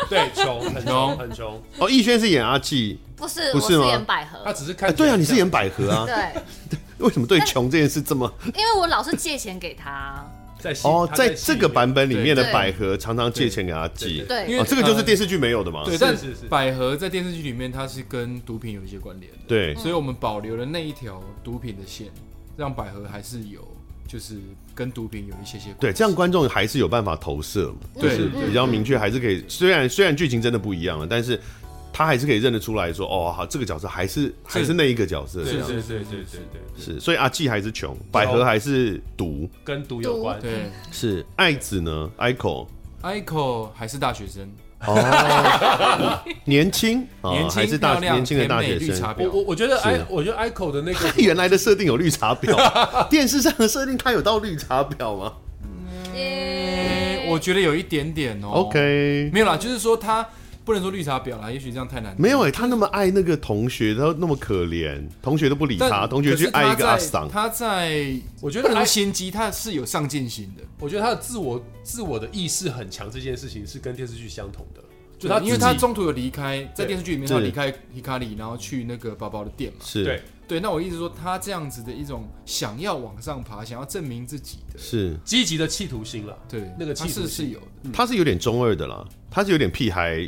D: 对，穷，很
B: 穷
D: 穷，很穷。
A: 哦，逸轩是演阿纪，
C: 不是，
A: 不是
C: 我
A: 吗
C: 是演百合
D: 他，只是看
A: 哎，
D: 起来
A: 对啊，
D: 像
A: 你是演百合啊，
C: 对，
A: 为什么对穷这件事这么？
C: 因为我老是借钱给他，
D: 在戏
A: 哦，
D: 他
A: 在
D: 戏
A: 这
D: 里
A: 个
D: 面
A: 版本里面的
C: 对
A: 百合常常借钱给阿纪
D: 对，
C: 对，
B: 因
A: 哦
B: 为，
A: 这个就是
B: 呃
A: 电视剧没有的嘛。
B: 对，
D: 是
B: 但
D: 是是
B: 百合在电视剧里面，它是跟毒品有一些关联的，
A: 对，
B: 所以我们保留了那一条毒品的线，让百合还是有，就是跟毒品有一些些关
A: 对，
B: 系
A: 这样观众还是有办法投射嘛，就
B: 对
A: 是
B: 对
A: 比较明确，还是可
B: 嗯
A: 以。虽然虽然剧情真的不一样了，但是他还是可以认得出来说，哦，好，这个角色还是还是那一个角色这
D: 对
A: 样。
D: 对对对对对，
A: 是，所以阿纪还是穷，百合还是毒，
D: 跟毒有关。
B: 对
A: 是爱子呢，Ico
B: ，Ico 还是大学生，
A: 年轻，哦
B: 年轻
A: 还是大
B: 漂亮
A: 年轻的大学
B: 甜美绿茶
A: 生。
B: 婊
D: 我我我觉得
A: 是
D: i 我觉得 ico 的那
B: 哎
D: 个
A: 原来的设定有绿茶婊， 电视上的设定它有到绿茶婊吗
B: 诶哎嗯我觉得有一点点哦。
A: ？OK，
B: 没有啦，就是说他不能说绿茶婊啦，也许这样太难。
A: 没有哎、他那么爱那个同学，他那么可怜，同学都不理
B: 但
A: 他，同学去爱一个阿桑。
B: 他在，
D: 我觉
B: 不能
D: 得
B: 说
D: I-
B: 心机，他是有上进心的，
D: 我觉得他的自我自我的意识很强，这件事情是跟电视剧相同的，就他
B: 对因为他
D: 自己
B: 中途有离开，在
D: 对
B: 电视剧里面
A: 对
B: 他离开 Hikari，然后去那个宝宝的店嘛。
A: 是，
D: 对
B: 对，那我一直说他这样子的一种想要往上爬，想要证明自己的，
A: 是，
D: 积极的企图心了。
B: 对，
D: 那个
B: 他
D: 企图
B: 是
D: 心
B: 是有的，
A: 他是有点中二的啦，他是有点屁孩，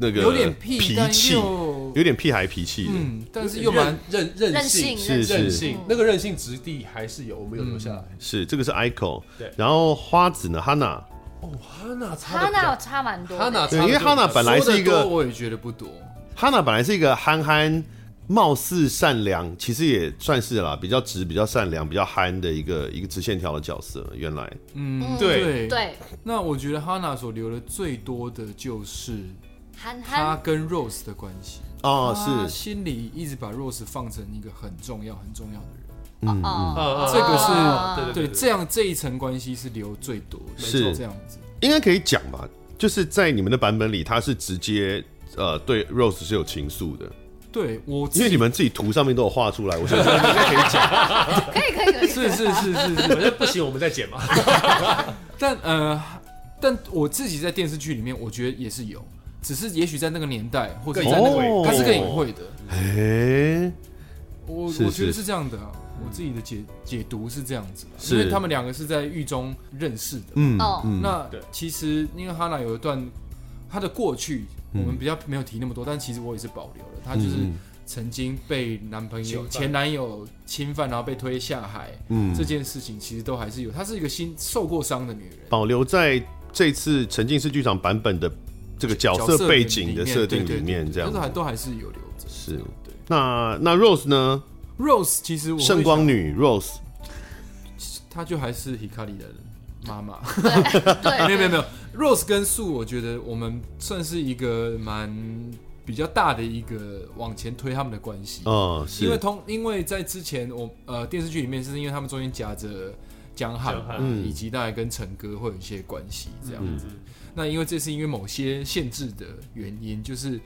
A: 那个
B: 有点
A: 脾
B: 屁，但
A: 气，
B: 又
A: 有点屁孩脾气的。
B: 嗯，但是又蛮
D: 任
C: 任
D: 任任
C: 性
D: 性嗯
A: 是
D: 任
A: 是
D: 性，那个任性质地还是有，我们有留下来。
B: 嗯
A: 是，这个是 Ico，
D: 对
A: 然后花子呢，Hanna，
D: 哦，哈娜差
C: 他
D: 的
C: 那差蛮多的，
D: 哈娜
A: 对因为哈娜本来是一
B: 说得
A: 个
B: 多我也觉得不多，
A: ，Hanna 本来是一个憨憨，貌似善良，其实也算是啦，比较直、比较善良、比较憨的一个一个直线条的角色。原来
B: 嗯，
D: 对
C: 对，
B: 那我觉得哈娜所留的最多的就是
C: 憨
B: 她
C: 憨，
B: 跟 Rose 的关系。
A: 哦，
B: 她
A: 是
B: 心里一直把 Rose 放成一个很重要、很重要的人。
C: 哦，
D: 啊，
B: 这个是
D: 对
B: 对，
D: 对
B: 这样这一层关系是留最多的，
A: 是
B: 没错这样子。
A: 应该可以讲吧，就是在你们的版本里，他是直接呃对 Rose 是有情愫的，
B: 对我自
A: 因为
B: 己
A: 你们自己图上面都有画出来，我想说应该可以讲。
C: 可以可以可以，
B: 是是是是是 是，
D: 反正不行，我们再剪嘛。
B: 但呃，但我自己在电视剧里面，我觉得也是有，只是也许在那个年代或者
D: 更
B: 在那
D: 隐
B: 个，
A: 晦
B: 它是更隐晦的。
A: 哎，
B: 我
A: 是
B: 我觉得
A: 是
B: 是这样的啊，我自己的解解读是这样子的，啊
A: 是
B: 因为他们两个是在狱中认识的。
A: 嗯
C: 哦
A: 嗯，
B: 那
D: 对
B: 其实因为哈娜有一段她的过去，我们比较没有提那么多，但其实我也是保留了。她就是
A: 嗯
B: 曾经被男朋
D: 侵
B: 友、
D: 犯
B: 前男友侵犯，然后被推下海，
A: 嗯
B: 这件事情其实都还是有。她是一个心受过伤的女人。
A: 保留在这次沉浸式剧场版本的这个角色背景的设定里面，这样
B: 但是还都还是有留着。
A: 是
B: 对
A: 那那 Rose 呢？
B: Rose 其实我会
A: 圣光女 Rose
B: 想，她就还是 Hikari 的妈妈。
C: 对，
B: 没有没有没有，Rose 跟树，我觉得我们算是一个蛮比较大的一个往前推他们的关系，
A: 哦，是
B: 因为通因为在之前我呃电视剧里面是因为他们中间夹着江汉
D: 江汉
A: 嗯
B: 以及大概跟陈哥会有一些关系这样子。那因为这是因为某些限制的原因，就是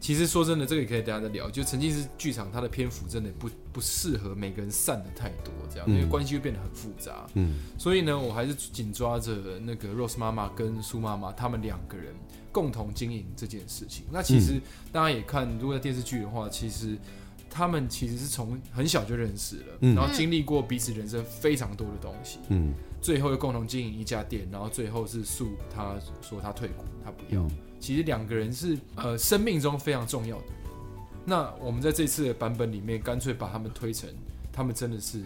B: 其实说真的，这个也可以大家再聊。就沉浸式剧场，它的篇幅真的不不适合每个人散的太多，这样，因为关系会变得很复杂。
A: 嗯，
B: 所以呢，我还是紧抓着那个 Rose 妈妈跟苏妈妈他们两个人共同经营这件事情。那其
A: 嗯
B: 实大家也看，如果在电视剧的话，其实。他们其实是从很小就认识了，
A: 嗯
B: 然后经历过彼此人生非常多的东西，
A: 嗯
B: 最后又共同经营一家店，然后最后是诉他说他退股，他不要。
A: 嗯
B: 其实两个人是呃生命中非常重要的人。那我们在这次的版本里面，干脆把他们推成他们真的是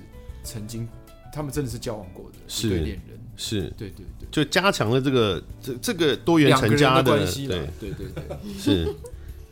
B: 曾经，他们真的是交往过的
A: 是
B: 一对恋人。
A: 是
B: 对对对，
A: 就加强了这个这这个多元
B: 两个
A: 成
B: 人
A: 家
B: 的关系啦
A: 对，
B: 对对对，
A: 是。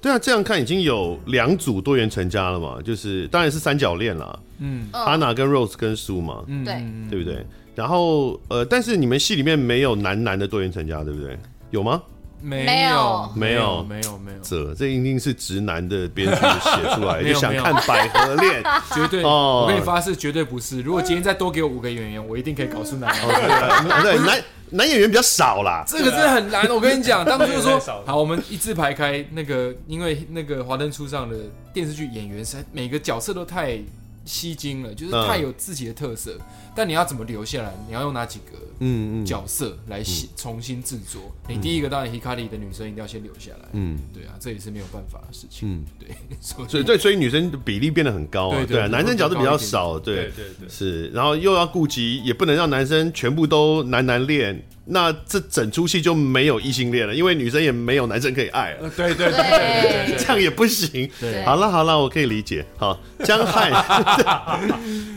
A: 对啊，这样看已经有两组多元成家了嘛，就是当然是三角恋啦，
B: 嗯
A: 安
C: 嗯，
A: 娜跟 Rose 跟苏嘛，
B: 嗯，
C: 对
B: 嗯
A: 对不对？然后呃，但是你们戏里面没有男男的多元成家，对不对？有吗？
B: 没
C: 没
B: 有
C: 有
A: 没有
B: 没有没有，
A: 这这一定是直男的编剧写出来，
B: 没有
A: 就想
B: 没有
A: 看百合 恋。
B: 绝对，
A: 哦
B: 我跟你发誓，绝对不是。如果今天再多给我五个演员，我一定可以搞出男人。
A: 对啊对，男男演员比较少啦。
B: 这个真的很难，我跟你讲，当初就
A: 哎
B: 说
D: 太少了
B: 好，我们一字排开那个，因为那个《华灯初上》的电视剧演员实在每个角色都太吸睛了，就是
A: 嗯
B: 太有自己的特色。但你要怎么留下来？你要用哪几个
A: 嗯嗯
B: 角色来写重新制作？你第一个当然 Hikari 的女生一定要先留下来，
A: 嗯，
B: 对啊，这也是没有办法的事情。
A: 嗯，
B: 对，所
A: 所以
B: 以
A: 对，所以女生的比例变得很高啊
B: 对，对
A: 对啊，
B: 对
A: 男生角色比较少，
D: 对
A: 对
D: 对对，
A: 是，然后又要顾及，也不能让男生全部都男男恋，那这整出戏就没有异性恋了，因为女生也没有男生可以爱了，
D: 呃对对对对
C: 对
D: 对
A: 这样也不行。
C: 对
A: 好了好了，我可以理解。好，江汉，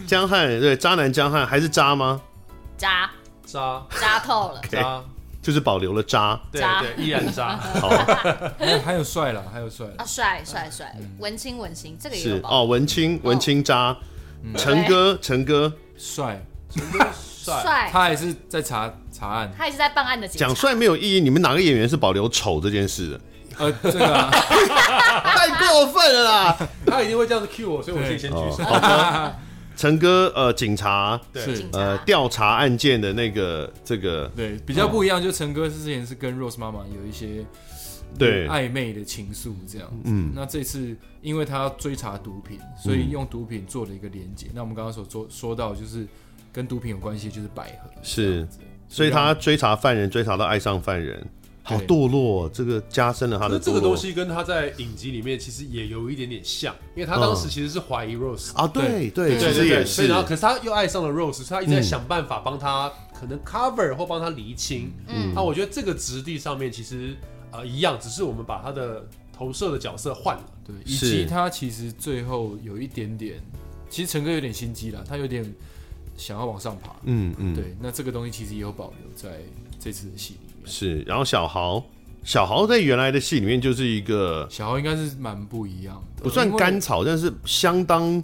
A: 江汉，对，渣男江汉还是渣吗？
C: 扎
D: 渣
C: 扎透了，
D: 渣，
A: 就是保留了渣。
D: 对
C: 渣
D: 对，依然渣。
A: 好，
B: 还有还有帅了，还有帅了
C: 啊，，帅帅帅，文青文青，这个也有
A: 是
C: 吧？
A: 哦，文青，文青渣，哦嗯陈哥，陈哥，
B: 帅，
D: 帅，
C: 帅，
B: 他还是在查查案，
C: 他也是在办案的警察
A: 讲，帅没有意义，你们哪个演员是保留丑这件 事的？
B: 呃，这个啊
A: 太过分了啦！
D: 他一定会这样子 cue 我，所以我自己先
B: 哦
D: 举手。
A: 陈哥，呃，警察，
D: 对，
C: 警察
A: 呃，调查案件的那个这个，
B: 对比较不一样，就陈哥之前是跟 Rose 妈妈有一些。
A: 对，
B: 暧昧的情愫这样子。嗯，那这次因为他要追查毒品，所以用毒品做了一个连接。那我们刚刚所说说到，就是跟毒品有关系，就是百合这
A: 是
B: 样子，
A: 所以他追查犯人，追查到爱上犯人，好
B: 对
A: 堕落哦，这个加深了他
D: 可
A: 的
D: 是这
A: 堕
B: 哦
D: 个东
A: 落
D: 西跟他在影集里面其实也有一点点像，因为他当时其实是怀疑 Rose
B: 嗯
D: 的。
A: 啊，对对，
B: 对
A: 其
D: 对
A: 实
D: 对
A: 也
D: 对，所以
A: 是
D: 然，后可是他又爱上了 Rose，所以他一直在想办法帮他可能 cover 或帮他厘清。嗯，那我觉得这个质地上面其实呃一样，只是我们把他的投射的角色换了。
B: 对，以
A: 是
B: 及他其实最后有一点点，其实陈哥有点心机了，他有点想要往上爬。
A: 嗯嗯，
B: 对，那这个东西其实也有保留在这次的戏里面。
A: 是。然后小豪，小豪在原来的戏里面就是一个
B: 小豪应该是蛮不一样的，
A: 不算
B: 因为
A: 甘草，但是相当，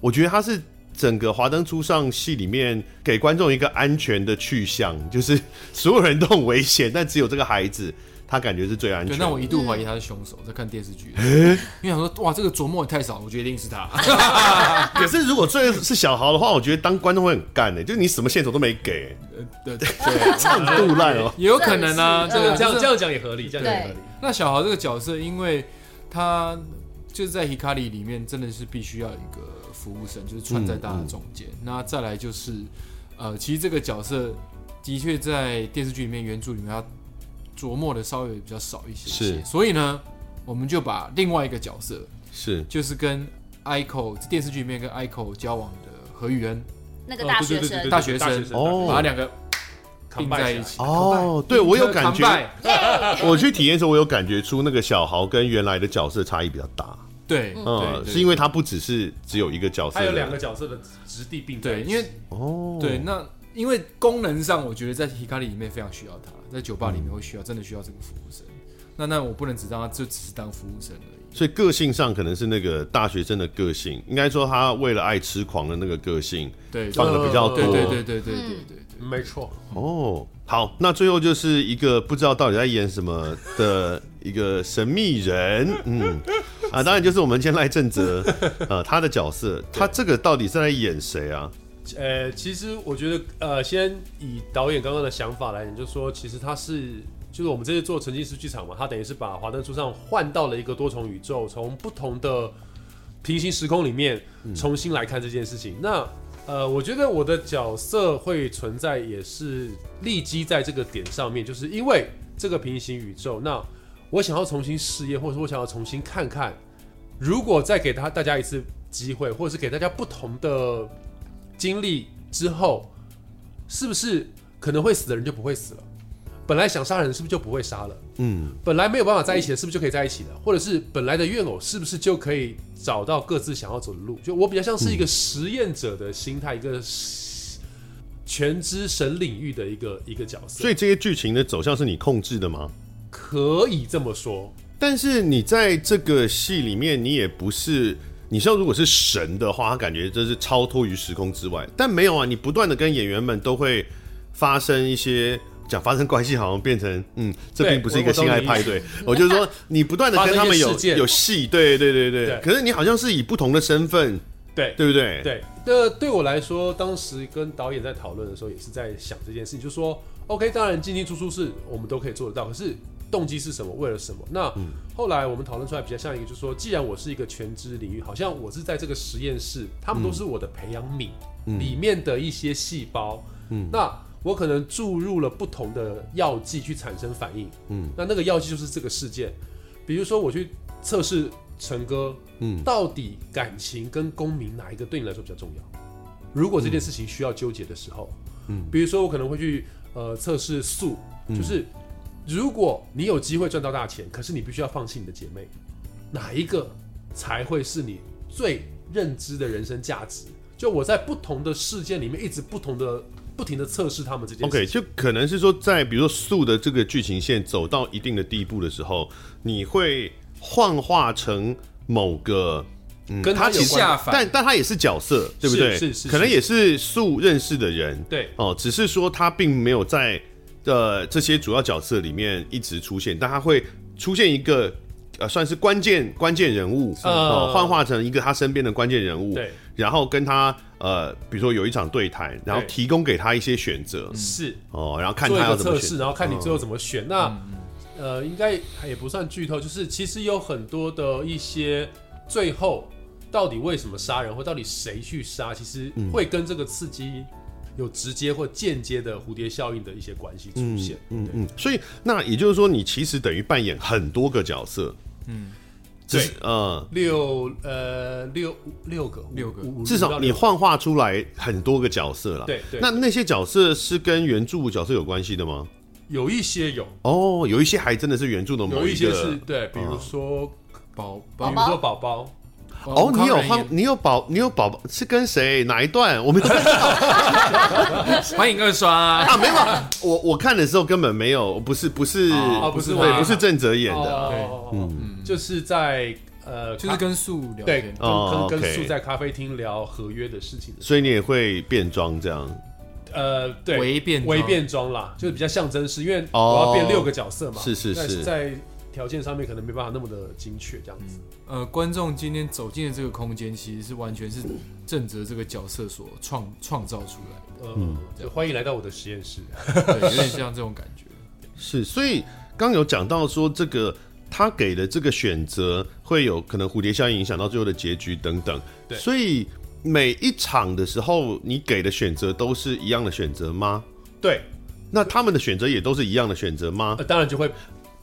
A: 我觉得他是整个《华灯初上》戏里面给观众一个安全的去向，就是所有人都很危险，但只有这个孩子，他感觉是最安
B: 对，
A: 全。
B: 那我一度怀疑他是凶手，在看电视剧，因为想说哇，这个琢磨也太少了，我觉得一定是他。
A: 可是如果这是小豪的话，我觉得当观众会很干的、就是你什么线索都没给、
B: 呃对对对，
A: 这样杜烂哦。
B: 也有可能 啊，
C: 是
B: 这个
D: 这样
B: 就是
D: 这样讲也合理，这样讲也合理。
B: 那小豪这个角色，因为他就是在 Hikari 里面真的是必须要有一个服务生，就是穿在大家中间。那再来就是，呃，其实这个角色的确在电视剧里面原著里面他琢磨的稍微比较少一些些，
A: 是
B: 所以呢，我们就把另外一个角色，
A: 是
B: 就是跟 Ico 电视剧里面跟 Ico 交往的何雨恩，
C: 那
B: 哦
C: 个大学生，
B: 大学生
A: 哦
B: 把两个并在一
D: 起。
B: 起。
A: 哦，对我有感
B: Combine
A: 觉，我去体验的时候，我有感觉出那个小豪跟原来的角色差异比较大。
B: 对，
A: 嗯，
B: 对
A: 是因为他不只是只有一个角色
D: 他
A: 的，
D: 有两个角色的质地并在
B: 对，
D: 一起
B: 因为
A: 哦，
B: 对，那因为功能上，我觉得在 Hikari 里面非常需要它，在酒吧里面会需要，真的需要这个服务生。那那我不能只当他就只是当服务生而已。
A: 所以个性上可能是那个大学生的个性，应该说他为了爱痴狂的那个个性
B: 对，
A: 放的比较多。
B: 哦对对对对对对对
D: 嗯
B: 对对。
D: 没错，
A: 哦，好，那最后就是一个不知道到底在演什么的一个神秘人，嗯，啊，当然就是我们先赖正哲，呃，他的角色，他这个到底是在演谁 啊？
D: 呃，其实我觉得，呃，先以导演刚刚的想法来讲，就说其实他是，就是我们这次做沉浸式剧场嘛，他等于是把《华灯初上》换到了一个多重宇宙，从不同的平行时空里面重新来看这件事情。那呃，我觉得我的角色会存在，也是立基在这个点上面，就是因为这个平行宇宙，那我想要重新试验，或者说我想要重新看看，如果再给他大家一次机会，或者是给大家不同的经历之后，是不是可能会死的人就不会死了？本来想杀人是不是就不会杀了？
A: 嗯，
D: 本来没有办法在一起的，是不是就可以在一起了？或者是本来的怨偶，是不是就可以找到各自想要走的路？就我比较像是一个实验者的心态，一个全知神领域的一个一个角色，
A: 所以这些剧情的走向是你控制的吗？
D: 可以这么说。
A: 但是你在这个戏里面，你也不是，你像如果是神的话，他感觉这是超脱于时空之外，但没有啊，你不断的跟演员们都会发生一些。讲发生关系好像变成，嗯，这
D: 对
A: 并不是一个
D: 我我懂
A: 性爱
D: 你
A: 派对，我就是说你不断的跟他们有
D: 发生一些事件
A: 有戏，对对对对，
D: 对
A: 可是你好像是以不同的身份，
D: 对
A: 对不对？，
D: 对，那对我来说，当时跟导演在讨论的时候，也是在想这件事情，就说 OK，当然进进出出是我们都可以做得到，可是动机是什么？为了什么？那、后来我们讨论出来比较像一个，就是说，既然我是一个全知领域，好像我是在这个实验室，他们都是我的培养皿、里面的一些细胞，嗯，那。我可能注入了不同的药剂去产生反应，嗯，那那个药剂就是这个事件，比如说我去测试陈哥，嗯，到底感情跟公民哪一个对你来说比较重要？如果这件事情需要纠结的时候，嗯，比如说我可能会去呃测试素，
A: 嗯
D: 就是如果你有机会赚到大钱，可是你必须要放弃你的姐妹，哪一个才会是你最认知的人生价值？就我在不同的事件里面一直不同的不停的测试他们这件事
A: OK，
D: 情。
A: 就可能是说，在比如说素的这个剧情线走到一定的地步的时候，你会幻化成某个，嗯，
D: 跟他有
A: 其实
B: 关下凡
A: 但但他也是角色，对不对？
D: 是是
A: 可能也是素认识的人，
D: 对
A: 哦，只是说他并没有在呃这些主要角色里面一直出现，但他会出现一个。呃，算是关键关键人物，
D: 呃
A: 哦，幻化成一个他身边的关键人物，
D: 对，
A: 然后跟他呃，比如说有一场对谈，然后
D: 对
A: 提供给他一些选择，
D: 是，
A: 哦，然后看
D: 做
A: 他
D: 一
A: 要
D: 个
A: 怎么
D: 测
A: 选嗯
D: 试，。然后看你最后怎么选。
B: 嗯
D: 那呃，应该也不算剧透，就是其实有很多的一些最后到底为什么杀人，或到底谁去杀，其实
A: 嗯
D: 会跟这个刺激有直接或间接的蝴蝶效应的一些关系出现。
A: 嗯
D: 对
A: 嗯，所以那也就是说，你其实等于扮演很多个角色。嗯，只是嗯，
D: 六呃六六个五
B: 六个
D: 五
A: 至
D: 五到
A: 少你
D: 六个
A: 幻化出来很多个角色了。
D: 对对
A: 那那些角色是跟原著角色有关系的吗？
D: 有一些有，
A: 哦，有一些还真的是原著的某
D: 有一些
A: 个。啊
D: 是对，比如说
B: 宝
D: 比
B: 宝
D: 如
C: 宝
D: 说宝宝，
A: 哦，你有幻
B: 欢，
A: 你有宝，你有宝宝是跟谁？哪一段？ 我没有看到
B: 欢迎二刷，
A: 啊，没有啊。我我看的时候根本没有，不是不是
B: 哦
D: 不是
A: 对，
D: 吗
A: 不是郑哲演的啊。
D: 哦，嗯，就是在呃
B: 就是跟素聊
D: 对，
B: 天
D: 跟，
A: 哦
D: 跟跟
A: OK
D: 树在咖啡厅聊合约的事情的时
A: 所以你也会变装这样。
D: 候，呃，对，
B: 微变装
D: 微变装啦，就是比较象征式，因为
A: 哦
D: 我要变六个角色嘛，
A: 是是
D: 但
A: 是
D: 在条件上面可能没办法那么的精确，这样子，
B: 呃，观众今天走进的这个空间，其实是完全是正哲这个角色所创创造出来
D: 嗯，就欢迎来到我的实验室，
B: 的，对，有点像这种感觉。
A: 是，所以刚有讲到说这个。他给的这个选择会有可能蝴蝶效应影响到最后的结局等等，
D: 对
A: 所以每一场的时候，你给的选择都是一样的选择吗？
D: 对，
A: 那他们的选择也都是一样的选择吗？
D: 呃当然就会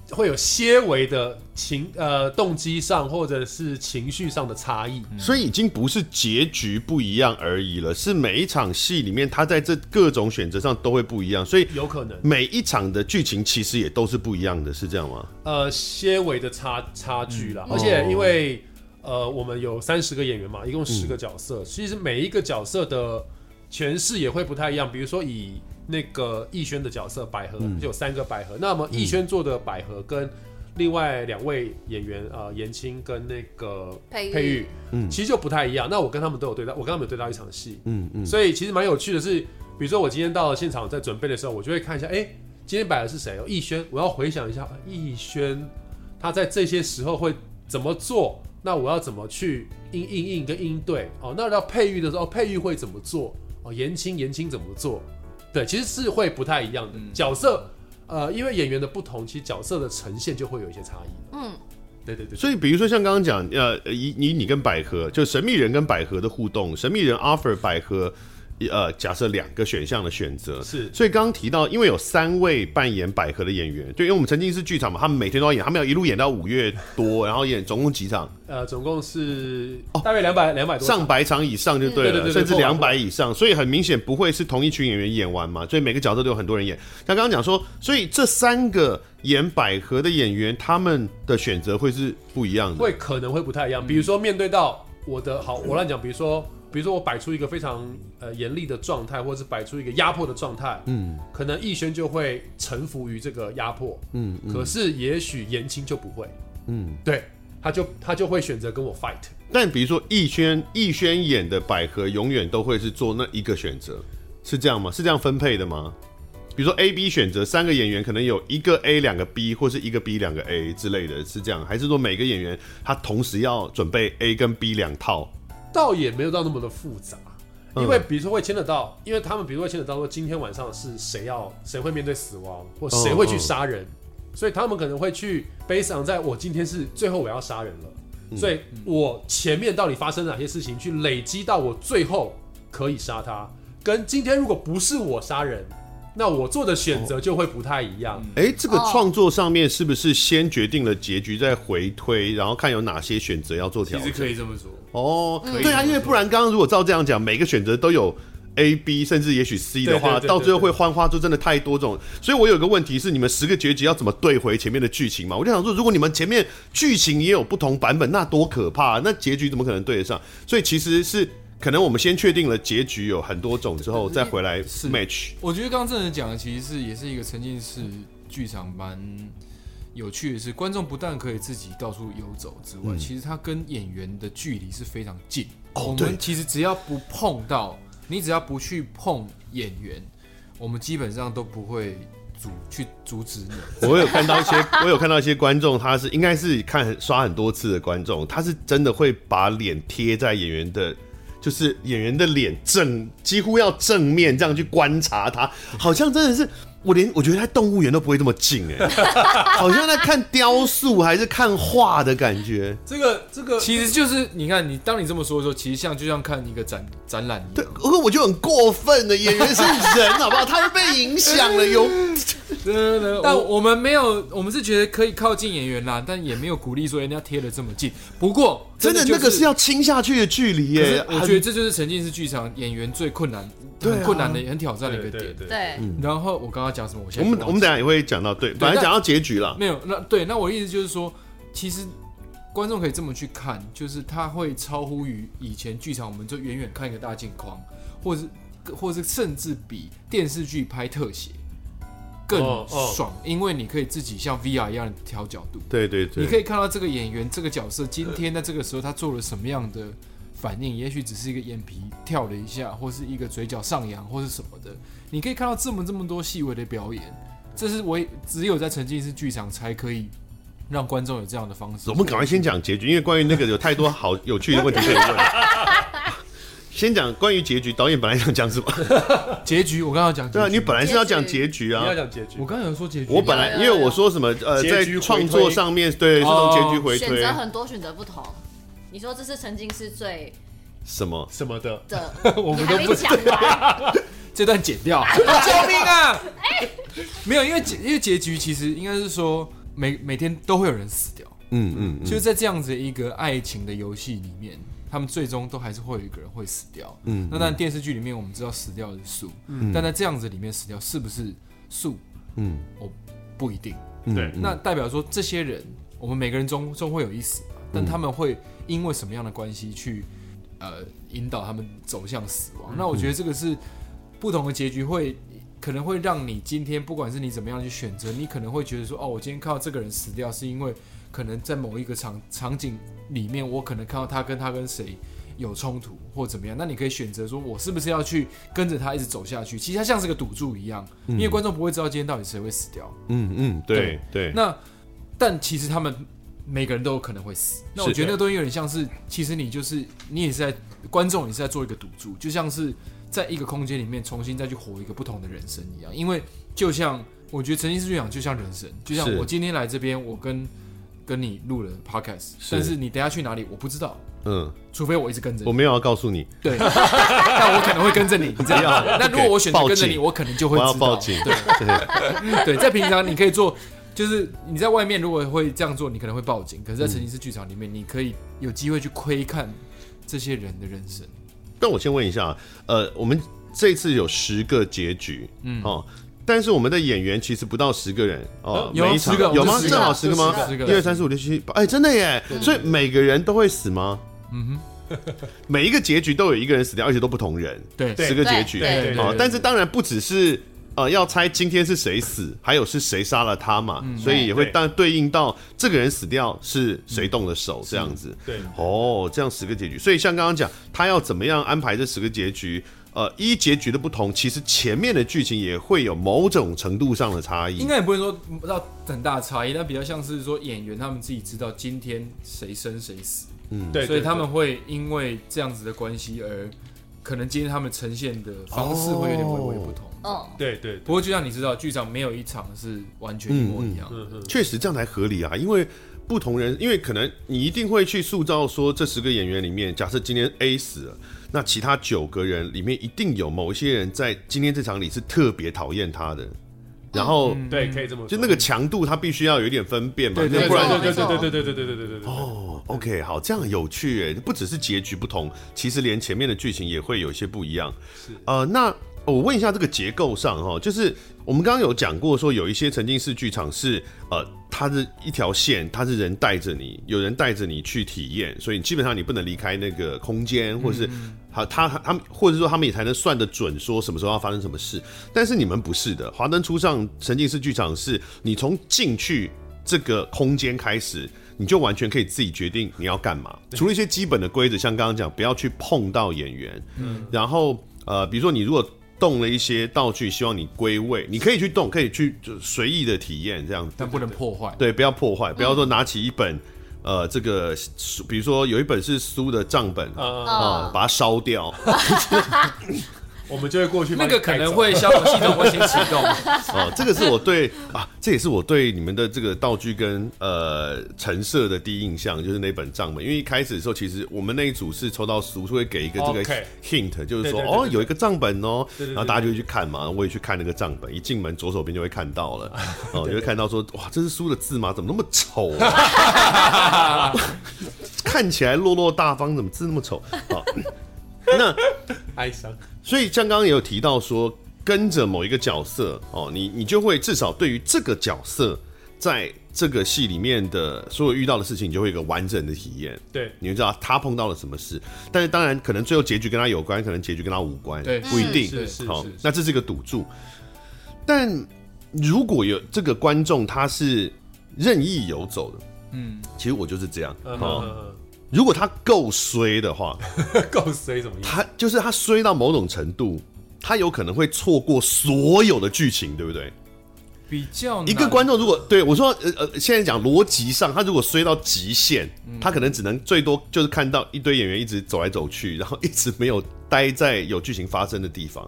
D: 会有些微的情呃动机上或者是情绪上的差异。
A: 所以已经不是结局不一样而已了，是每一场戏里面他在这各种选择上都会不一样，所以
D: 有可能，
A: 每一场的剧情其实也都是不一样的，是这样吗？
D: 呃，些微的差差距
C: 嗯
D: 啦，而且因为、
C: 哦
D: 呃，我们有三十个演员嘛，一共十个角
C: 嗯
D: 色，其实每一个角色的诠释也会不太一样。比如说以那个逸轩的角色百合，
C: 嗯
D: 就有三个百合，那么逸轩做的百合跟另外两位演员呃，严青跟那个
C: 佩玉
A: 嗯
D: 其实就不太一样。那我跟他们都有对到，我跟他们有对到一场戏，
A: 嗯嗯，
D: 所以其实蛮有趣的是，比如说我今天到了现场，在准备的时候，我就会看一下，哎、今天摆的是谁？哦，逸轩，我要回想一下呃逸轩，他在这些时候会怎么做？那我要怎么去应应应跟应对？哦，那到配玉的时候，哦配玉会怎么做？哦，言青言青怎么做？对，其实是会不太一样的、
A: 嗯
D: 角色，呃，因为演员的不同，其实角色的呈现就会有一些差异。
C: 嗯，
D: 对对对，
A: 所以比如说像刚刚讲，呃，以你你跟百合，就神秘人跟百合的互动，神秘人 offer 百合，呃，假设两个选项的选择
D: 是
A: 所以刚刚提到，因为有三位扮演百合的演员，对，因为我们曾经是剧场嘛，他们每天都要演，他们要一路演到五月多， 然后演总共几场，
D: 呃，总共是大约两百两百多场
A: 上百哦场以上就对
D: 嗯对对
A: 了，
D: 对
A: 甚至
D: 对
A: 两百以上，所以很明显不会是同一群演员演完嘛，所以每个角色都有很多人演。那刚刚讲说，所以这三个演百合的演员，他们的选择会是不一样的，
D: 会可能会不太一样。比如说面对到我的好，我乱讲，比如说比如说我摆出一个非常呃严厉的状态，或者是摆出一个压迫的状态，嗯，可能逸轩就会臣服于这个压迫，嗯，可是也许言青就不会，嗯，对，他就他就会选择跟我 fight。
A: 但比如说逸轩，逸轩演的百合永远都会是做那一个选择，是这样吗？是这样分配的吗？比如说 A、B 选择三个演员，可能有一个 A 两个 B，或是一个 B 两个 A 之类的，是这样？还是说每个演员他同时要准备 A 跟 B 两套？
D: 倒也没有到那么的复杂，
B: 嗯
D: 因为比如说会牵扯到，因为他们比如说会牵扯到说今天晚上是谁要谁会面对死亡，或谁会去杀
B: 嗯
D: 人，所以他们可能会去 based on 在我今天是最后我要杀人
B: 嗯
D: 了，所以我前面到底发生了哪些事情，去累积到我最后可以杀他，跟今天如果不是我杀人，那我做的选择就会不太一样。
A: 哎，这个
C: 哦
A: 创作上面是不是先决定了结局，再回推，然后看有哪些选择要做
B: 其
A: 调
B: 实
A: 整？
B: 可以这么说，
A: 哦，
B: 可以
A: 对啊，因为不然刚刚如果照这样讲，每个选择都有 A、B，甚至也许 C 的话，
D: 对对对
A: 到最后会幻化出真的太多种。所以我有个问题是，你们十个结局要怎么对回前面的剧情嘛？我就想说，如果你们前面剧情也有不同版本，那多可怕、那结局怎么可能对得上？所以其实是可能我们先确定了结局有很多种之后，再回来
B: 是
A: match。
B: 我觉得刚刚郑人讲的其实是也是一个沉浸式剧场蛮有趣的是，观众不但可以自己到处游走之外，其实他跟演员的距离是非常近。
A: 嗯哦
B: 我
A: 对
B: 们其实只要不碰到，你只要不去碰演员，我们基本上都不会阻去阻止你。
A: 我有看到一些，我有看到一些观众，他是应该是看刷很多次的观众，他是真的会把脸贴在演员的，就是演员的脸正几乎要正面这样去观察他，好像真的是。我连我觉得在动物园都不会这么近哎、 好像在看雕塑还是看画的感觉。
D: 这个这 个
B: 其实就是你看，你当你这么说的时候，其实像就像看一个展展览一
A: 对
B: 样，，
A: 可我就很过分的，演员是人好不好？他是被影响了， 有
B: 但我我们没有，我们是觉得可以靠近演员啦，但也没有鼓励说人家贴的这么近。不过
A: 真的
B: 就
A: 那个是要亲下去的距离
B: 可
A: 耶
B: 是、我觉得这就是沉浸式剧场演员最困难、
A: 对啊
B: 很困难的、很挑战的一个点。
D: 对
C: 对，
B: 然后我刚刚讲什么？我现
A: 我
B: 在
A: 们我们等一
B: 讲
A: 下也会讲到，对，本来
B: 但
A: 讲到结局了，
B: 没有那对，那我的意思就是说，其实观众可以这么去看，就是它会超乎于以前剧场，我们就远远看一个大镜框，或是或是甚至比电视剧拍特写更
D: 哦哦
B: 爽，因为你可以自己像 VR 一样调角度。
A: 对对对，
B: 你可以看到这个演员、这个角色今天在这个时候他做了什么样的反应，也许只是一个眼皮跳了一下，或是一个嘴角上扬，或是什么的。你可以看到这么这么多细微的表演，这是我也只有在沉浸式剧场才可以让观众有这样的方式。
A: 我们赶快先讲结局，因为关于那个有太多好有趣的问题可以 问。先讲关于结局，导演本来想讲 什么？
B: 结局，我刚刚讲结
A: 对啊，
B: 局
A: 你本来是要讲结局
D: 你
A: 啊
D: 要。讲结局
B: 我，刚刚有说结局，
A: 我本来因为我说什么呃，
D: 结
A: 在
D: 局回推
A: 创作上
B: 哦
A: 面对是从结局回
C: 选
A: 推
C: 择，很多，选择不同。你说这是沉浸式最
A: 什么？
D: 什么的，
C: 的，
B: 我
C: 你
B: 们
C: 还
B: 都
C: 没
B: 不
C: 讲完，
B: 这段剪掉， 救命啊！没有，因为结因为结局其实应该是说每每天都会有人死掉，
A: 嗯嗯，嗯
B: 就是在这样子一个爱情的游戏里面，他们最终都还是会有一个人会死掉。
A: 嗯
B: 嗯，那但电视剧里面我们知道死掉的是树，但在这样子里面死掉是不是树？
A: 嗯
B: 我不一定。
A: 嗯
D: 对
A: 嗯
B: 那代表说这些人，我们每个人中终会有一死嘛，但他们会因为什么样的关系去呃引导他们走向死亡？那我觉得这个是不同的结局会。可能会让你今天不管是你怎么样去选择，你可能会觉得说，哦，我今天看到这个人死掉，是因为可能在某一个场场景里面，我可能看到他跟他跟谁有冲突或怎么样，那你可以选择说，我是不是要去跟着他一直走下去？其实他像是个赌注一样，因为观众不会知道今天到底谁会死掉。
A: 嗯嗯，对对，
B: 那但其实他们每个人都有可能会死。那我
A: 是
B: 觉得那东西有点像是，其实你就是你也是在观众也是在做一个赌注，就像是在一个空间里面重新再去活一个不同的人生一样。因为就像我觉得曾经是剧场，就像人生，就像
A: 是
B: 我今天来这边，我跟跟你录了 podcast，
A: 是
B: 但是你等一下去哪里我不知道，
A: 嗯，
B: 除非我一直跟着
A: 我
B: 你。
A: 没有要告诉你，
B: 对， 但我可能会跟着你，你 知道吗
A: 不要？
B: 那如果我选择
A: 报
B: 跟着你，
A: 警
B: 我可能就
A: 我
B: 会
A: 要
B: 知道。
A: 报警，
B: 对。
A: 对，
B: 对，在平常你可以做，就是你在外面如果会这样做，你可能会报警。可是，在沉浸式剧场里面，你可以有机会去窥看这些人的人生。
A: 但我先问一下，呃，我们这次有十个结局，嗯，哦。但是我们的演员其实不到十个人哦，
D: 呃
B: 有啊
A: 每一场
B: 10个
A: 有吗？
B: 我们
A: 正
B: 就
A: 好
B: 10
A: 个吗
B: 就？10个
A: 一二三四五六七八，哎，真的耶！所以每个人都会死吗？
B: 嗯
A: 每一个结局都有一个人死掉，而且都不同人，
B: 哼，对，
A: 十个结局
C: 对对
B: 对
A: 哦
B: 对。
A: 但是当然不只是呃要猜今天是谁死，还有是谁杀了他嘛，
B: 嗯
A: 所以也会
D: 对
A: 当对应到这个人死掉是谁动了手
B: 嗯
A: 这样子。
D: 对，
A: 哦，这样十个结局，所以像刚刚讲，他要怎么样安排这十个结局？呃，依结局的不同，其实前面的剧情也会有某种程度上的差异
B: 应。该也不会说到很大的差异，但比较像是说演员他们自己知道今天谁生谁死，
D: 对，
B: 所以
D: 对
B: 他们会因为这样子的关系而可能今天他们呈现的方式会有点微微不同。
C: 嗯，
D: 对对，
B: 不过就像你知道，剧场没有一场是完全一模一样的。
D: 嗯嗯，
A: 确实这样才合理啊，因为不同人，因为可能你一定会去塑造说，这十个演员里面，假设今天 A 死了，那其他九个人里面一定有某一些人在今天这场里是特别讨厌他的，然后
B: 嗯
D: 对，可以这么说，
A: 就那个强度，他必须要有一点分辨嘛，
B: 对
A: 要
D: 对，
A: 不然就
D: 对对对对对对对对对对对，
A: 哦，OK，好，这样很有趣诶，不只是结局不同，其实连前面的剧情也会有一些不一样。
D: 是
A: 呃，那我问一下这个结构上哈，就是我们刚刚有讲过说，有一些沉浸式剧场是呃，它是一条线，它是人带着你，有人带着你去体验，所以基本上你不能离开那个空间，或者是好，他他们或者说他们也才能算得准说什么时候要发生什么事。但是你们不是的，华灯初上沉浸式剧场是你从进去这个空间开始。你就完全可以自己决定你要干嘛，除了一些基本的规则，像刚刚讲，不要去碰到演员，然后呃，比如说你如果动了一些道具，希望你归位，你可以去动，可以去就随意的体验这样子，
B: 但不能破坏，
A: 对，不要破坏，不要说拿起一本。呃，这个比如说有一本是书的账本啊、
D: 啊，
C: 嗯
A: 把它烧掉，
D: 我们就会过去把
B: 那
D: 你
B: 个可
D: 带
B: 能
D: 走
B: 会消防系统会先启动。
A: 哦，这个是我对啊，这也是我对你们的这个道具跟呃陈设的第一印象，就是那本账本。因为一开始的时候，其实我们那一组是抽到书，是会给一个这个
D: OK
A: hint，就是说
D: 对对对
A: 哦
D: 对，对
A: 有一个账本哦，
D: 对对对
A: 然后大家就会去看嘛。我也去看那个账本，一进门左手边就会看到 了，哦，就会看到说哇，这是书的字吗？怎么那么丑啊？ 看起来落落大方，怎么字那么丑？好， 那
D: 哀伤，
A: 所以像刚刚也有提到说，跟着某一个角色哦，你你就会至少对于这个角色在这个戏里面的所有遇到的事情，你就会有一个完整的体验。
D: 对
A: 你就知道他碰到了什么事，但是当然可能最后结局跟他有关，可能结局跟他无关，
B: 对
A: 不一定。
D: 是是
A: 好
D: 是，
A: 那这是一个赌注。但如果有这个观众他是任意游走的，
B: 嗯，
A: 其实我就是这样。
D: 嗯
A: 好、
D: 嗯
A: 如果他够衰的话，
D: 嗯嗯够衰怎么意思？
A: 他就是他衰到某种程度，他有可能会错过所有的剧情，对不对？
B: 比较难
A: 一个观众如果对我说，呃呃，现在讲逻辑上，他如果衰到极限，他可能只能最多就是看到一堆演员一直走来走去，然后一直没有待在有剧情发生的地方。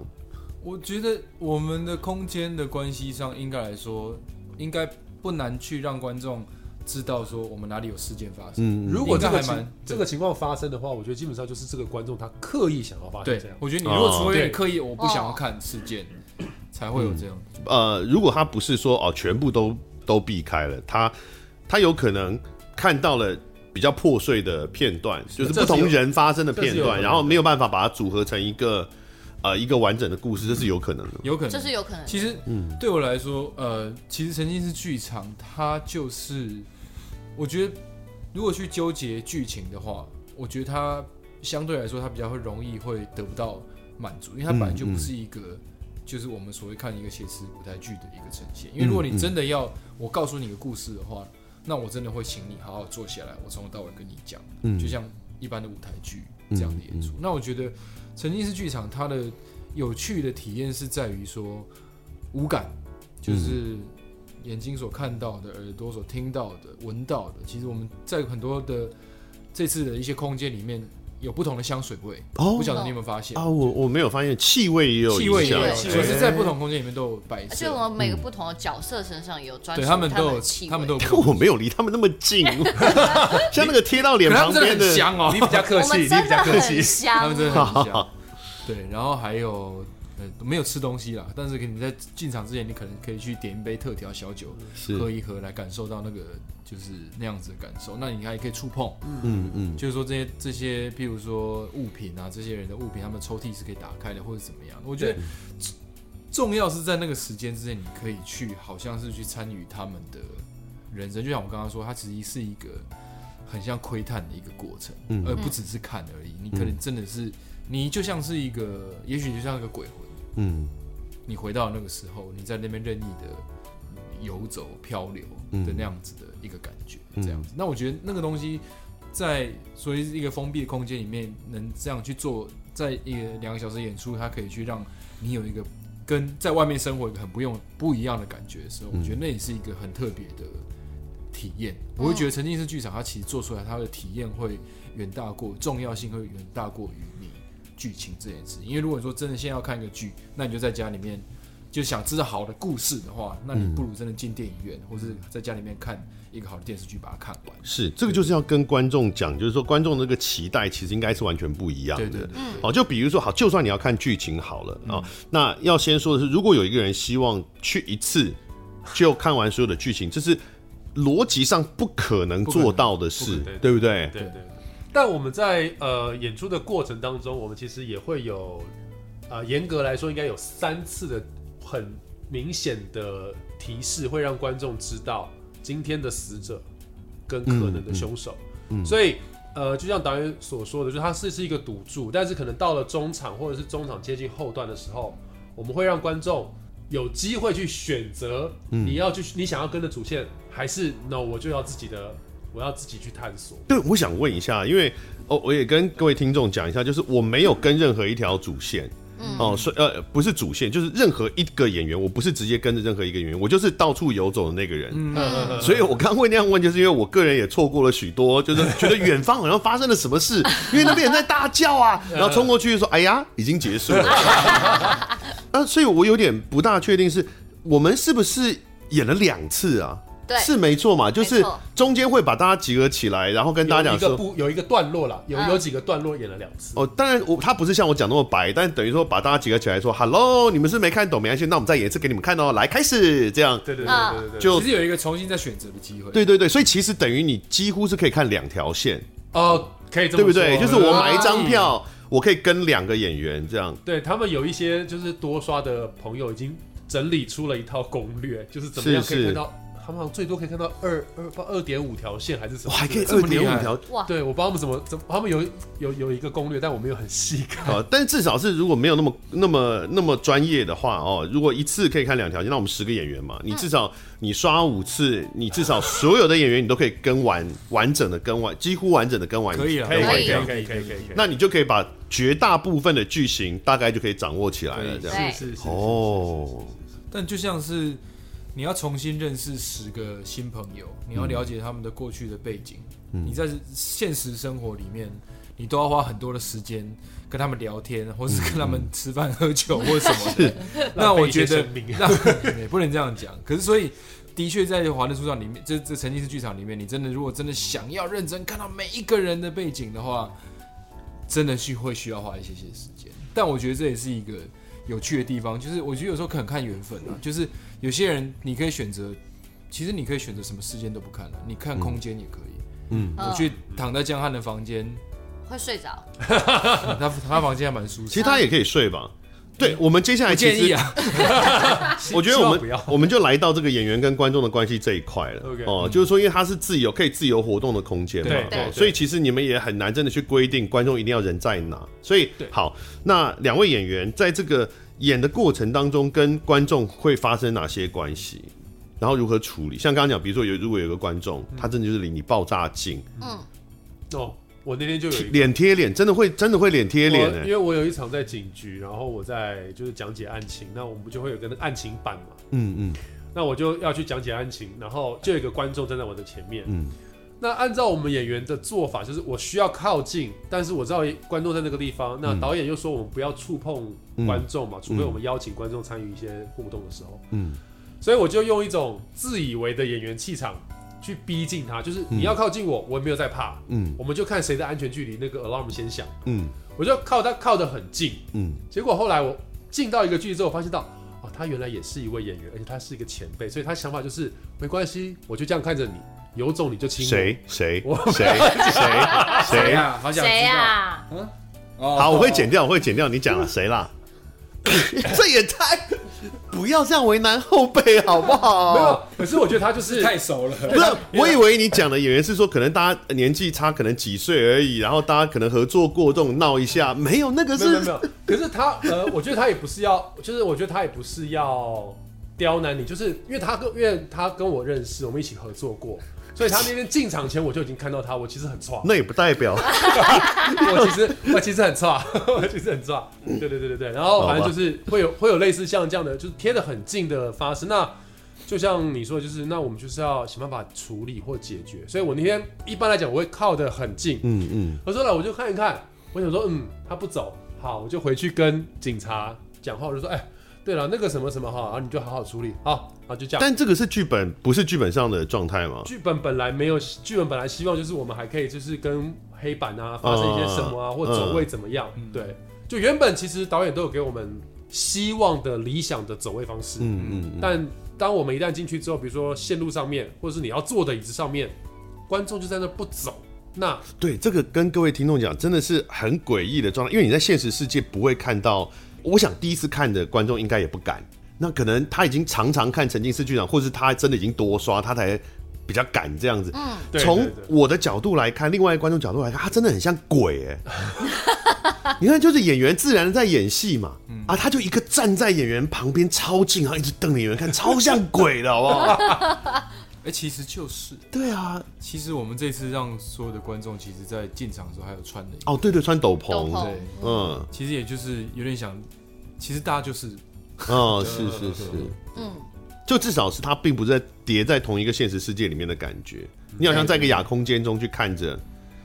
B: 我觉得我们的空间的关系上，应该来说，应该不难去让观众知道说我们哪里有事件发生。
A: 嗯，
D: 如果这
B: 应该
D: 个
B: 还蛮
D: 情
B: 对
D: 这个情况发生的话，我觉得基本上就是这个观众他刻意想要发生
B: 对哦嗯
D: 这样，。
B: 我
A: 哦
B: 觉得你如果除非
D: 对
B: 你刻意，我不想要看事件，才会有这样。
A: 呃，如果他不是说哦全部都都避开了，他他有可能看到了。比较破碎的片段，就是不
D: 这是
A: 同
D: 有
A: 人发生的
D: 这是
A: 片
D: 有可
A: 段，
D: 能
A: 然后没有办法把它组合成一个呃一个完整的故事，这是有可能的。
B: 有可能
C: 这是有可能。
B: 其实，对我来说，呃，其实曾经是剧场，它就是，我觉得如果去纠结剧情的话，我觉得它相对来说，它比较会容易会得不到满足，因为它本来就不是一个，就是我们所谓看一个写实舞台剧的一个呈现。因为如果你真的要我告诉你一个故事的话，那我真的会请你好好坐下来，我从头到尾跟你讲，
D: 嗯
A: 嗯
B: 就像一般的舞台剧这样的演出。那我觉得沉浸式剧场它的有趣的体验是在于说无感，就是
A: 嗯
B: 眼睛所看到的、耳朵所听到的、闻到的。其实我们在很多的这次的一些空间里面，有不同的香水味，
A: 哦
B: 不晓得你有没有发现？
A: 啊，我我没有发现气味
D: 哦
A: 也有
B: 气
A: 影
B: 味也
A: 响
B: 有，
C: 对
B: 气
C: 气
B: 味
C: 味
B: 就是在不同空间里面都有摆
C: 而且
B: 设，
C: 我们每个不同的角色身上有专
B: 嗯对
C: 属
B: 他们都
C: 的
B: 有
C: 气，味，
B: 他们都有，
A: 但我没有离他们那么 近，像那个贴到脸
B: 可他们
A: 旁
B: 真的
A: 边
B: 很香哦
D: 你，比较客
C: 我
D: 气，
C: 们
D: 你
C: 真
D: 比
C: 的
D: 较客
C: 很
D: 气。
B: 他
C: 香
B: 们。真的很香。对，然后还有呃没有吃东西啦，但是可能你在进场之前，你可能可以去点一杯特调小酒
A: 是
B: 喝一喝，来感受到那个就是那样子的感受。那你还可以触碰，
A: 嗯嗯，
B: 就是说这些这些，譬如说物品啊，这些人的物品，他们抽屉是可以打开的，或者怎么样的。我觉得
D: 对
B: 重要是在那个时间之内，你可以去，好像是去参与他们的人生。就像我刚刚说，它其实是一个很像窥探的一个过程，
A: 嗯
B: 而不只是看而已。你可能真的是，你就像是一个，也许就像一个鬼魂，
A: 嗯
B: 你回到那个时候，你在那边任意的游走、漂流
A: 嗯
B: 的那样子的一个感觉，这样子。那我觉得那个东西在所以一个封闭的空间里面，能这样去做，在一个两个小时演出，它可以去让你有一个跟在外面生活一个很不用不一样的感觉的时候，我觉得那也是一个很特别的。体验，我会觉得沉浸式剧场，它其实做出来它的体验会远大过重要性，会远大过于你剧情这件事。因为如果你说真的现在要看一个剧，那你就在家里面就想知道好的故事的话，那你不如真的进电影院，或是在家里面看一个好的电视剧把它看完。
A: 是这个就是要跟观众讲，就是说观众的那个期待其实应该是完全不一样的。
B: 对对对对，
A: 哦，就比如说，好，就算你要看剧情好了
D: 嗯
A: 啊、哦，那要先说的是，如果有一个人希望去一次就看完所有的剧情，这是逻辑上不可能
B: 不可能
A: 做到的事
D: 不可，能
A: 对不对？
D: 对对对。但我们在呃演出的过程当中，我们其实也会有，呃，严格来说应该有三次的很明显的提示，会让观众知道今天的死者跟可能的凶手。所以呃，就像导演所说的，就是它是是一个赌注，但是可能到了中场或者是中场接近后段的时候，我们会让观众。有机会去选择，你要去，你想要跟着主线，还是 no？我就要自己的，我要自己去探索。
A: 对，我想问一下，因为哦，我也跟各位听众讲一下，就是我没有跟任何一条主线，哦，所以呃，不是主线，就是任何一个演员，我不是直接跟着任何一个演员，我就是到处游走的那个人。
C: 嗯
B: 嗯
A: 所以我刚会那样问，就是因为我个人也错过了许多，就是觉得远方好像发生了什么事，因为那边人在大叫啊，然后冲过去说：“哎呀，已经结束了。”啊，所以我有点不大确定是，我们是不是演了两次啊？
C: 对
A: 是没错嘛，就是
C: 没错
A: 中间会把大家集合起来，然后跟大家
D: 有
A: 讲
D: 一个
A: 说，
D: 部有一个段落啦，有
C: 嗯
D: 有几个段落演了两次。
A: 哦，当然我他不是像我讲那么白，但等于说把大家集合起来说，Hello，你们是没看懂没关系，那我们再演一次给你们看哦，来开始这样，
D: 对对对
C: 嗯
D: 对对对，
A: 就
B: 其实有一个重新再选择的机会。
A: 对对对，所以其实等于你几乎是可以看两条线，
D: 哦，可以这么
A: 对不
B: 啊
A: 对？就
D: 说
A: 是我买一张票，我可以跟两个演员这样，
D: 对他们有一些就是多刷的朋友已经整理出了一套攻略，就是怎么样
A: 是
D: 可
A: 是
D: 以看到，他们好像最多可以看到二二二点五条线还是什
A: 我
D: 么？
A: 还可以
B: 这
A: 二
B: 么厉
A: 点
B: 害
A: 五条。
C: 哇，
D: 对，我不知道他们怎么怎么，他们有有有一个攻略，但我没有很细看。
A: 啊，但至少是如果没有那么那么那么专业的话哦，如果一次可以看两条线，那我们十个演员嘛，你至少你刷五次，你至少所有的演员你都可以跟完完整的跟完，几乎完整的跟完一，
B: 可以啊
A: 跟完
C: 可
A: 一
C: 以
A: 条
D: 可以可以可以，
A: 那你就可以把绝大部分的剧情大概就可以掌握起来了，这样。
C: 对
D: 是是是是
A: 哦，
B: 但就像是你要重新认识十个新朋友，你要了解他们的过去的背景，你在现实生活里面。你都要花很多的时间跟他们聊天，或是跟他们吃饭、喝酒或什么的。那我觉得
D: 浪费一些生命
B: 那也不能这样讲。可是所以的确在华灯初上里面，这这沉浸式剧场里面，你真的如果真的想要认真看到每一个人的背景的话，真的是会需要花一些些时间。但我觉得这也是一个有趣的地方，就是我觉得有时候可能看缘分啊，就是有些人你可以选择，其实你可以选择什么时间都不看了、你看空间也可以。
A: 嗯，
B: 我去躺在江汉的房间，
C: 嗯会睡着，
B: 他他房间还蛮舒
A: 其
B: 适
A: 实。他也可以睡吧。对，我们接下来
B: 不
A: 其
B: 建议
A: 实
B: 啊，
A: 我觉得我
D: 希望不
A: 们
D: 要
A: 我们就来到这个演员跟观众的关系这一块了。
D: OK
A: 哦，就是说，因为它是自由可以自由活动的空间嘛
D: 对，
C: 对
A: 哦
D: 对
A: 所以其实你们也很难真的去规定观众一定要人在哪。所以
D: 对
A: 好，那两位演员在这个演的过程当中，跟观众会发生哪些关系？然后如何处理？像刚刚讲，比如说有如果有个观众，
D: 嗯
A: 他真的就是离你爆炸近，
C: 嗯
D: 哦，我那天就有一个
A: 脸贴脸，真的会真的会脸贴脸
D: 我因
A: 哎。
D: 为我有一场在警局，然后我在就是讲解案情，那我们就会有个案情版嘛，
A: 嗯嗯
D: 那我就要去讲解案情，然后就有一个观众站在我的前面，
A: 嗯
D: 那按照我们演员的做法，就是我需要靠近，但是我知道观众在那个地方，
A: 嗯
D: 那导演又说我们不要触碰观众嘛，除非我们邀请观众参与一些互动的时候，
A: 嗯，
D: 所以我就用一种自以为的演员气场去逼近他，就是你要靠近我，我也没有在怕，
A: 嗯
D: 我们就看谁的安全距离那个 alarm 先响，
A: 嗯
D: 我就靠他靠得很近，
A: 嗯
D: 结果后来我进到一个剧之后，我发现到哦，他原来也是一位演员，而且他是一个前辈，所以他想法就是没关系，我就这样看着你，有种你就亲我。
A: 谁谁
D: 我
A: 谁谁谁
B: 谁啊？好想知道
C: 谁？啊？
B: 哦
A: 好，我会剪掉，我会剪掉。你讲了谁啦？ 这也太不要这样为难后辈好不好？
D: 没有，可是我觉得他就是
B: 太熟了。
A: 不是，我以为你讲的演员是说，可能大家年纪差，可能几岁而已，然后大家可能合作过这种闹一下，没有那个
D: 没有没有没
A: 是
D: 有，可是他呃，我觉得他也不是要，就是我觉得他也不是要刁难你，就是因为他跟因为他跟我认识，我们一起合作过，所以他那天进场前我就已经看到他，我其实很差，
A: 那也不代表
D: 我其实我其实很差， 我其实很差，对对对对对，然后反正就是会有会有类似像这样的，就是贴的很近的发生那。就像你说的，就是那我们就是要想办法处理或解决。所以我那天一般来讲，我会靠得很近，
A: 嗯嗯
D: 我说了，我就看一看。我想说，嗯，他不走，好，我就回去跟警察讲话，我就说，哎、对了，那个什么什么哈，然后你就好好处理，好，然后就这样。
A: 但这个是剧本，不是剧本上的状态吗？
D: 剧本本来没有，剧本本来希望就是我们还可以就是跟黑板啊发生一些什么啊，
A: 嗯
D: 或走位怎么样，对，就原本其实导演都有给我们希望的理想的走位方式，
A: 嗯嗯嗯，
D: 但当我们一旦进去之后，比如说线路上面，或者是你要坐的椅子上面，观众就在那不走，那
A: 对，这个跟各位听众讲，真的是很诡异的状态，因为你在现实世界不会看到。我想第一次看的观众应该也不敢，那可能他已经常常看沉浸式剧场，或是他真的已经多刷，他才比较敢这样子。
D: 对
A: 从
D: 对对
A: 我的角度来看，另外一个观众角度来看，他真的很像鬼 哎、你看，就是演员自然在演戏嘛，
D: 嗯
A: 啊，他就一个站在演员旁边超近，然后一直瞪着演员看，超像鬼的，好不 好？
B: 哎，其实就是，
A: 对啊，
B: 其实我们这次让所有的观众，其实在进场的时候还有穿的衣服，
A: 哦，对对，穿斗
C: 斗
A: 篷，
C: 篷
B: 对，
A: 嗯，
B: 其实也就是有点想，其实大家就是
A: 哦，是是是。
C: 嗯，
A: 就至少是它并不是在叠在同一个现实世界里面的感觉，你好像在一个亚空间中去看着，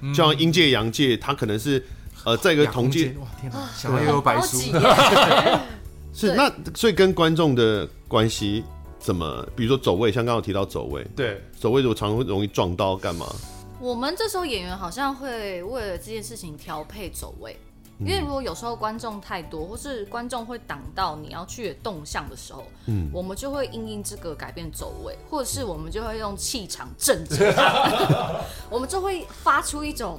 A: 就像阴界、阳界，它可能是呃在一个
B: 亚
A: 同
B: 空
A: 界
B: 间，哇，天哪，想到又有白
C: 好
B: 书，
C: 挤耶
A: 是
C: 对
A: 那所以跟观众的关系怎么，比如说走位，像刚刚有提到走位，
D: 对，
A: 走位我常会容易撞到干嘛？
C: 我们这时候演员好像会为了这件事情调配走位，因为如果有时候观众太多，或是观众会挡到你要去的动向的时候，嗯，我们就会因应这个改变走位，或者是我们就会用气场震慑他我们就会发出一种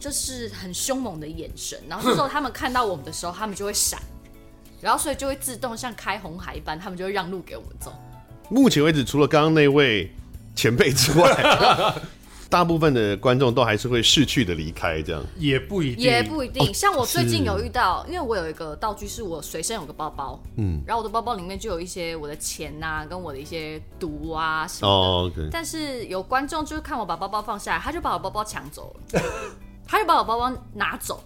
C: 就是很凶猛的眼神，然后这时候他们看到我们的时候，他们就会闪，然后所以就会自动像开红海一般，他们就会让路给我们走。
A: 目前为止，除了刚刚那位前辈之外，大部分的观众都还是会逝去的离开，这样
D: 也不一定，
C: 也不一定。像我最
A: 哦是
C: 近有遇到，因为我有一个道具，是我随身有个包包，嗯，然后我的包包里面就有一些我的钱呐、跟我的一些毒啊什么的。
A: 哦，OK，
C: 但是有观众就是看我把包包放下来，他就把我包包抢走了， 他就把我包包拿走，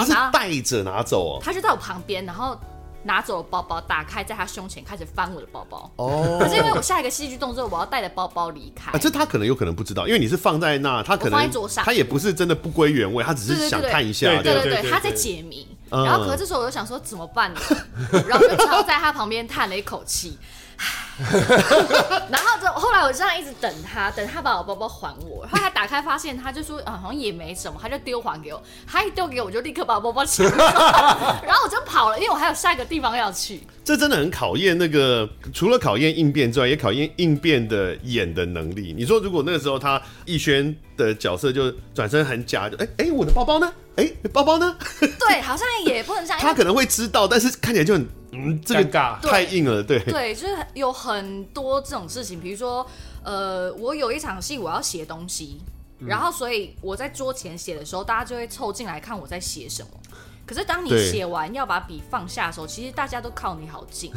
A: 他
C: 后
A: 是
C: 拿，
A: 带着拿走哦。
C: 他就在我旁边，然后拿走我包包，打开在他胸前开始翻我的包包。
A: 哦
C: 可是因为我下一个戏剧动作，我要带着包包离开
A: 啊，。这他可能有可能不知道，因为你是放在那，他可
C: 我放
A: 能
C: 在桌上
A: 他也不是真的不归原位，他只
C: 对
A: 是
C: 对
A: 想
C: 对
A: 看一下。
D: 对
C: 对
A: 这样
C: 对
D: 对
C: 对，他在
D: 对
C: 解谜。
A: 嗯
C: 然后，可是这时候我就想说怎么办呢？然后就只好在他旁边叹了一口气。 然后就后来我这样一直等他，等他把我包包还我。后来打开发现他就说，啊、好像也没什么，他就丢还给我。他一丢给我，我就立刻把我包包抢走， 然后我就跑了，因为我还有下一个地方要去。
A: 这真的很考验那个，除了考验应变之外，也考验应变的演的能力。你说，如果那个时候他逸轩的角色就转身很假，就哎哎、我的包包呢？哎、包包呢？
C: 对，好像也不能这样，因
A: 他
C: 为
A: 可能会知道，但是看起来就很嗯，这个
D: 尴尬
A: 太硬了，对。
C: 对，就是很有很多这种事情，比如说，呃，我有一场戏我要写东西，
A: 嗯
C: 然后所以我在桌前写的时候，大家就会凑进来看我在写什么。可是当你
A: 对
C: 写完要把笔放下的时候，其实大家都靠你好 近，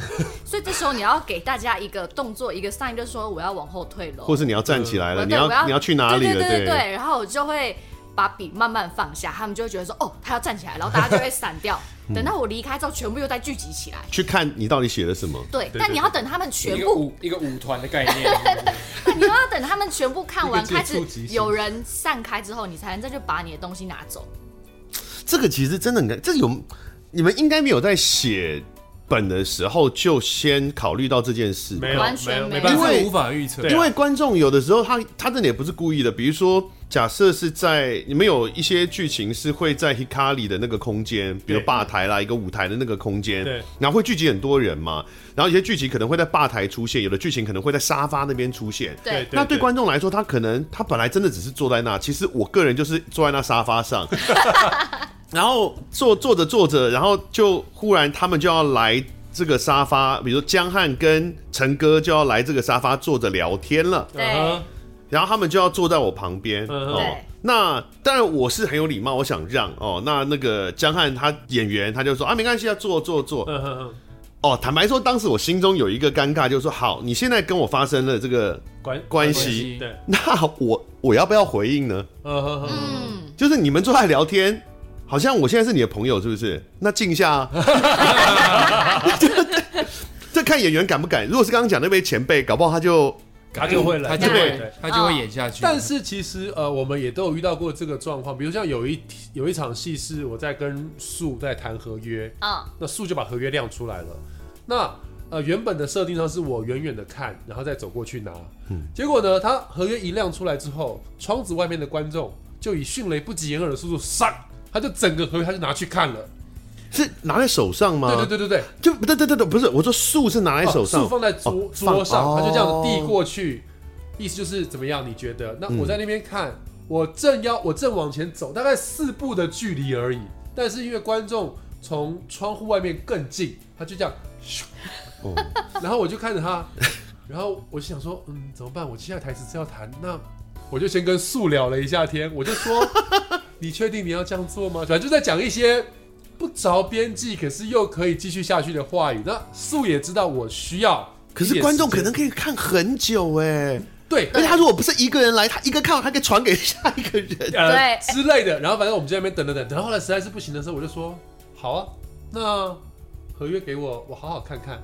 C: 所以这时候你要给大家一个动作，一个 sign，就说我要往后退喽，
A: 或是你要站起来了，
C: 我
A: 你
C: 对我
A: 要你要去哪里了？
C: 对对对对，然后我就会把笔慢慢放下，他们就会觉得说哦，他要站起来，然后大家就会散 掉。
A: 嗯
C: 等到我离开之后，全部又再聚集起来。
A: 去看你到底写了什么。
C: 对，
D: 对
C: 但
D: 对
C: 你要等他们全
B: 一个
C: 部
B: 舞一个舞团的概 念，
C: 你都要等他们全部看完，
D: 一个
C: 开
D: 接触
C: 始
D: 即行
C: 有人散开之后，你才能再去把你的东西拿走。
A: 这个其实真的很，这有你们应该没有在写本的时候就先考虑到这件事吧，
D: 没有
C: 完全
D: 没
C: 没
D: 有没
C: 有
B: 但
D: 办
A: 因
D: 法
A: 为，
B: 是无法预测
D: 对。
A: 因
D: 啊
A: 为观众有的时候他他真的也不是故意的，比如说。假设是在你们有一些剧情是会在 Hikari 的那个空间，比如
D: 对
A: 吧台啦，一个舞台的那个空间
D: 对，
A: 然后会聚集很多人嘛，然后有些剧情可能会在吧台出现，有的剧情可能会在沙发那边出现，
D: 对
C: 对，
A: 那对观众来说，他可能他本来真的只是坐在那，其实我个人就是坐在那沙发上， 然后坐坐着坐着，然后就忽然他们就要来这个沙发，比如说江汉跟陈哥就要来这个沙发坐着聊天了，
C: 对
D: 嗯哼
A: 然后他们就要坐在我旁边、
D: 嗯
A: 哦
C: 对。
A: 那当然我是很有礼貌，我想让哦。那那个江汉他演员他就说啊，没关系啊，坐坐坐。
D: 嗯哼嗯
A: 哦，坦白说，当时我心中有一个尴尬，就是说好，你现在跟我发生了这个
D: 哼，关
A: 关
B: 关
A: 系
B: 系，
D: 对，
A: 那我我要不要回应呢？
D: 嗯哼嗯哼，
C: 嗯，
A: 就是你们坐在聊天，好像我现在是你的朋友，是不是？那静下、啊。 这看演员敢不敢。如果是刚刚讲那位前辈，搞不好他就
D: 他就会来，
B: 他就会
D: 对。
B: 他就会演下去。
D: 但是其实呃，我们也都有遇到过这个状况，比如像有一有一场戏是我在跟树在谈合约，
C: 啊，
D: 那树就把合约亮出来了。那呃，原本的设定上是我远远的看，然后再走过去拿。结果呢，他合约一亮出来之后，窗子外面的观众就以迅雷不及掩耳的速度，上，他就整个合约他就拿去看了。
A: 是拿在手上吗？
D: 对对对对对，
A: 就对对对对，不是，我说树是拿在手上，
D: 哦放在桌、
A: 哦
D: 桌上，
A: 放
D: 他就这样递过去，意思就是怎么样？你觉得？那我在那边看，我正要我正往前走，大概四步的距离而已，但是因为观众从窗户外面更近，他就这样，
A: 哦
D: 然后我就看着他，然后我就想说，嗯，怎么办？我接下来台词是要谈，那我就先跟素聊了一下天，我就说，你确定你要这样做吗？反正就在讲一些不着边际，可是又可以继续下去的话语。那素也知道我需要
A: 可
D: 一点时
A: 是
D: 间，
A: 观众可能可以看很久哎，
D: 对。
A: 而且他如果不是一个人来，他一个看完，他可以传给下一个人。
D: 呃
C: 对
D: 之类的，然后反正我们就在那边等等等，等到后来实在是不行的时候，我就说好啊，那合约给我，我好好 看看。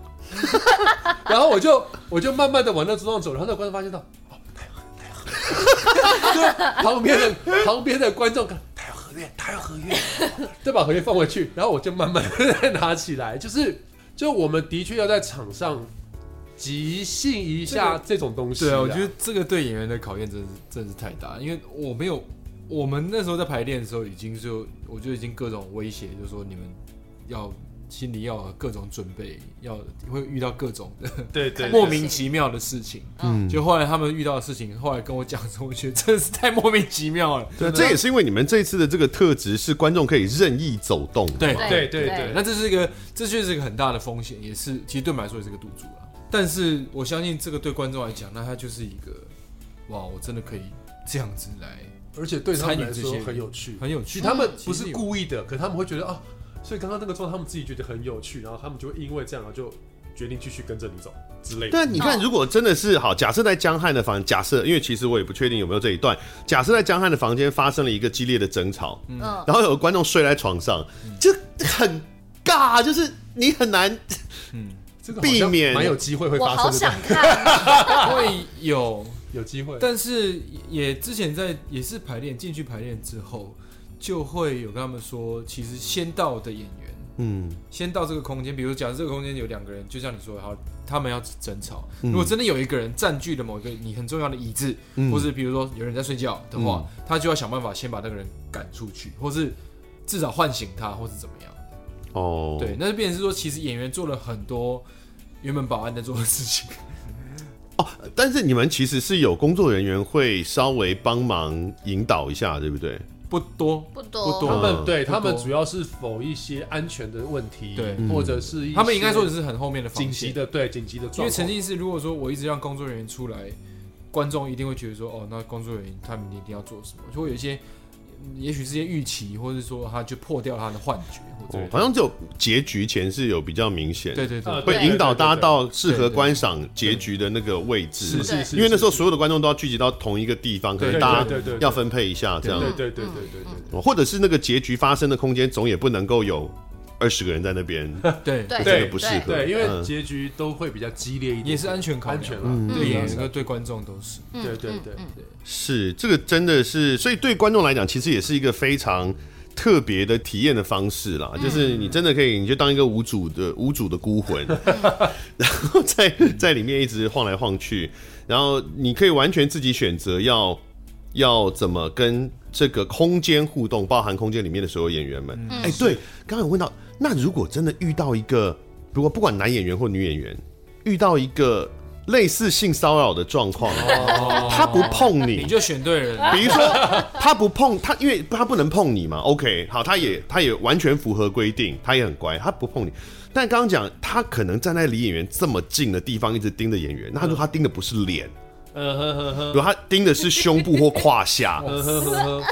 D: 然后我就我就慢慢的往那桌上走，然后那观众发现到，哦，他要合约他要合约对旁边的旁边的观众看，他要合约，他要合约，再把合约放回去，然后我就慢慢的再拿起来，就是就我们的确要在场上即兴一下这种东西啊。
B: 对啊，我觉得这个对演员的考验真是真是太大，因为我没有，我们那时候在排练的时候已经就我就已经各种威胁，就说你们要心里要有各种准备，要会遇到各种 的
D: 对对
B: 莫名其妙的事情。嗯，就后来他们遇到的事情，后来跟我讲的时候，我觉得真的是太莫名其妙了。
A: 对，这也是因为你们这次的这个特质是观众可以任意走动。
B: 对
D: 对对
C: 对
D: 对
B: 那这是一个，这确实是一个很大的风险，也是其实对我们来说也是个赌注啦。但是我相信这个对观众来讲，那他就是一个，哇，我真的可以这样子来，
D: 而且对他
B: 参
D: 们
B: 与
D: 来
B: 这
D: 说
B: 些
D: 很有趣，
B: 很有趣。
D: 他们不
B: 其
D: 是
B: 实有
D: 故意的，可他们会觉得啊，所以刚刚那个状态他们自己觉得很有趣，然后他们就会因为这样，然后就决定继续跟着你走之类的。
A: 但你看，如果真的是好，假设在江汉的房，假设因为其实我也不确定有没有这一段，假设在江汉的房间发生了一个激烈的争吵，
C: 嗯，
A: 然后有个观众睡在床上，就很尬，就是你很难
D: 这个好
A: 避
D: 像
A: 免
D: 蛮有机会会
C: 我
D: 发
C: 好
D: 生的
C: 想，看，
B: 会 有，
D: 有机会。
B: 但是也之前在也是排练进去排练之后，就会有跟他们说，其实先到的演员
A: 嗯，
B: 先到这个空间，比如假设这个空间有两个人，就像你说的，好，他们要争吵。如果真的有一个人占据了某一个你很重要的椅子，
A: 嗯
B: 或是比如说有人在睡觉的话，他就要想办法先把那个人赶出去，或是至少唤醒他，或是怎么样。
A: 哦，
B: 对，那就变成是说，其实演员做了很多原本保安在做的事情。
A: 但是你们其实是有工作人员会稍微帮忙引导一下，对不对？
B: 不多，
C: 不 多，
B: 不
D: 他
B: 多
D: 们对
B: 不
D: 他们
B: 多
D: 主要是否一些安全的问题，
B: 对
D: 或者是一
B: 他们应该
D: 些
B: 说的是很后面的防
D: 紧
B: 线
D: 急的对紧急的
B: 因
D: 状况，
B: 为曾经是，如果说我一直让工作人员出来，观众一定会觉得说，哦，那工作人员他们一定要做什么，就会有一些，嗯也许是一些预期，或者说他就破掉他的幻觉，或者、
A: 哦，好像只有结局前是有比较明显，
B: 对对对，
D: 呃
A: 会
D: 对
A: 引导大家到适
B: 对
A: 合
B: 对对
A: 观赏结局的那个位置。
D: 是
C: 对
D: 是是，
A: 因为那时候
D: 是
A: 所有的观众都要聚集到同一个地方，可
B: 对
A: 能
D: 对
A: 大家
D: 对对对
A: 要分配一下这样
D: 对，对对对对对
A: 哦或者是那个结局发生的空间总也不能够有二十个人在那边，
B: 对
C: 呃对
A: 这真的不适合。
D: 对，因为
A: 嗯
D: 结局都会比较激烈一点，
B: 也是安全啊考
D: 安
B: 量
D: 全了，
A: 嗯
B: 对演员跟对观众都是。
C: 嗯
D: 对对
C: 嗯
D: 对
C: 嗯
A: 是这个真的是，所以对观众来讲，其实也是一个非常。特别的体验的方式啦，就是你真的可以，你就当一个无主的无主的孤 魂，然后在在里面一直晃来晃去，然后你可以完全自己选择要要怎么跟这个空间互动，包含空间里面的所有演员们。哎、对，刚刚有问到，那如果真的遇到一个，如果不管男演员或女演员，遇到一个类似性骚扰的状况，他不碰
B: 你就选对人，
A: 比如说，他不碰他，因为他不能碰你嘛。OK，好，他也他也完全符合规定，他也很乖，他不碰你。但刚刚讲，他可能站在离演员这么近的地方一直盯着演员，那他说他盯的不是脸，
D: 嗯哼哼哼
A: 比如他盯的是胸部或胯下。
D: 嗯哼哼哼，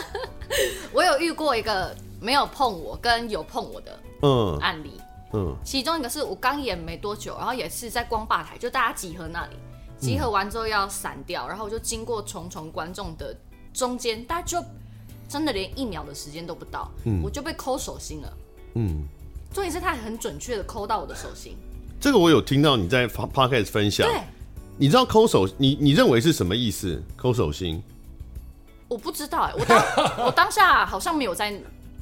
C: 我有遇过一个没有碰我跟有碰我的
A: 嗯
C: 案例，
A: 嗯
C: 其中一个是我刚演没多久，然后也是在光吧台，就大家集合那里，集合完之后要散掉，然后我就经过重重观众的中间，大家就真的连一秒的时间都不到，我就被抠手心了。
A: 嗯，
C: 重点是他很准确的抠到我的手心，
A: 这个我有听到你在 po- podcast 分享，
C: 对，
A: 你知道抠手，你你认为是什么意思？抠手心？
C: 我不知道哎、我当 我当下好像没有在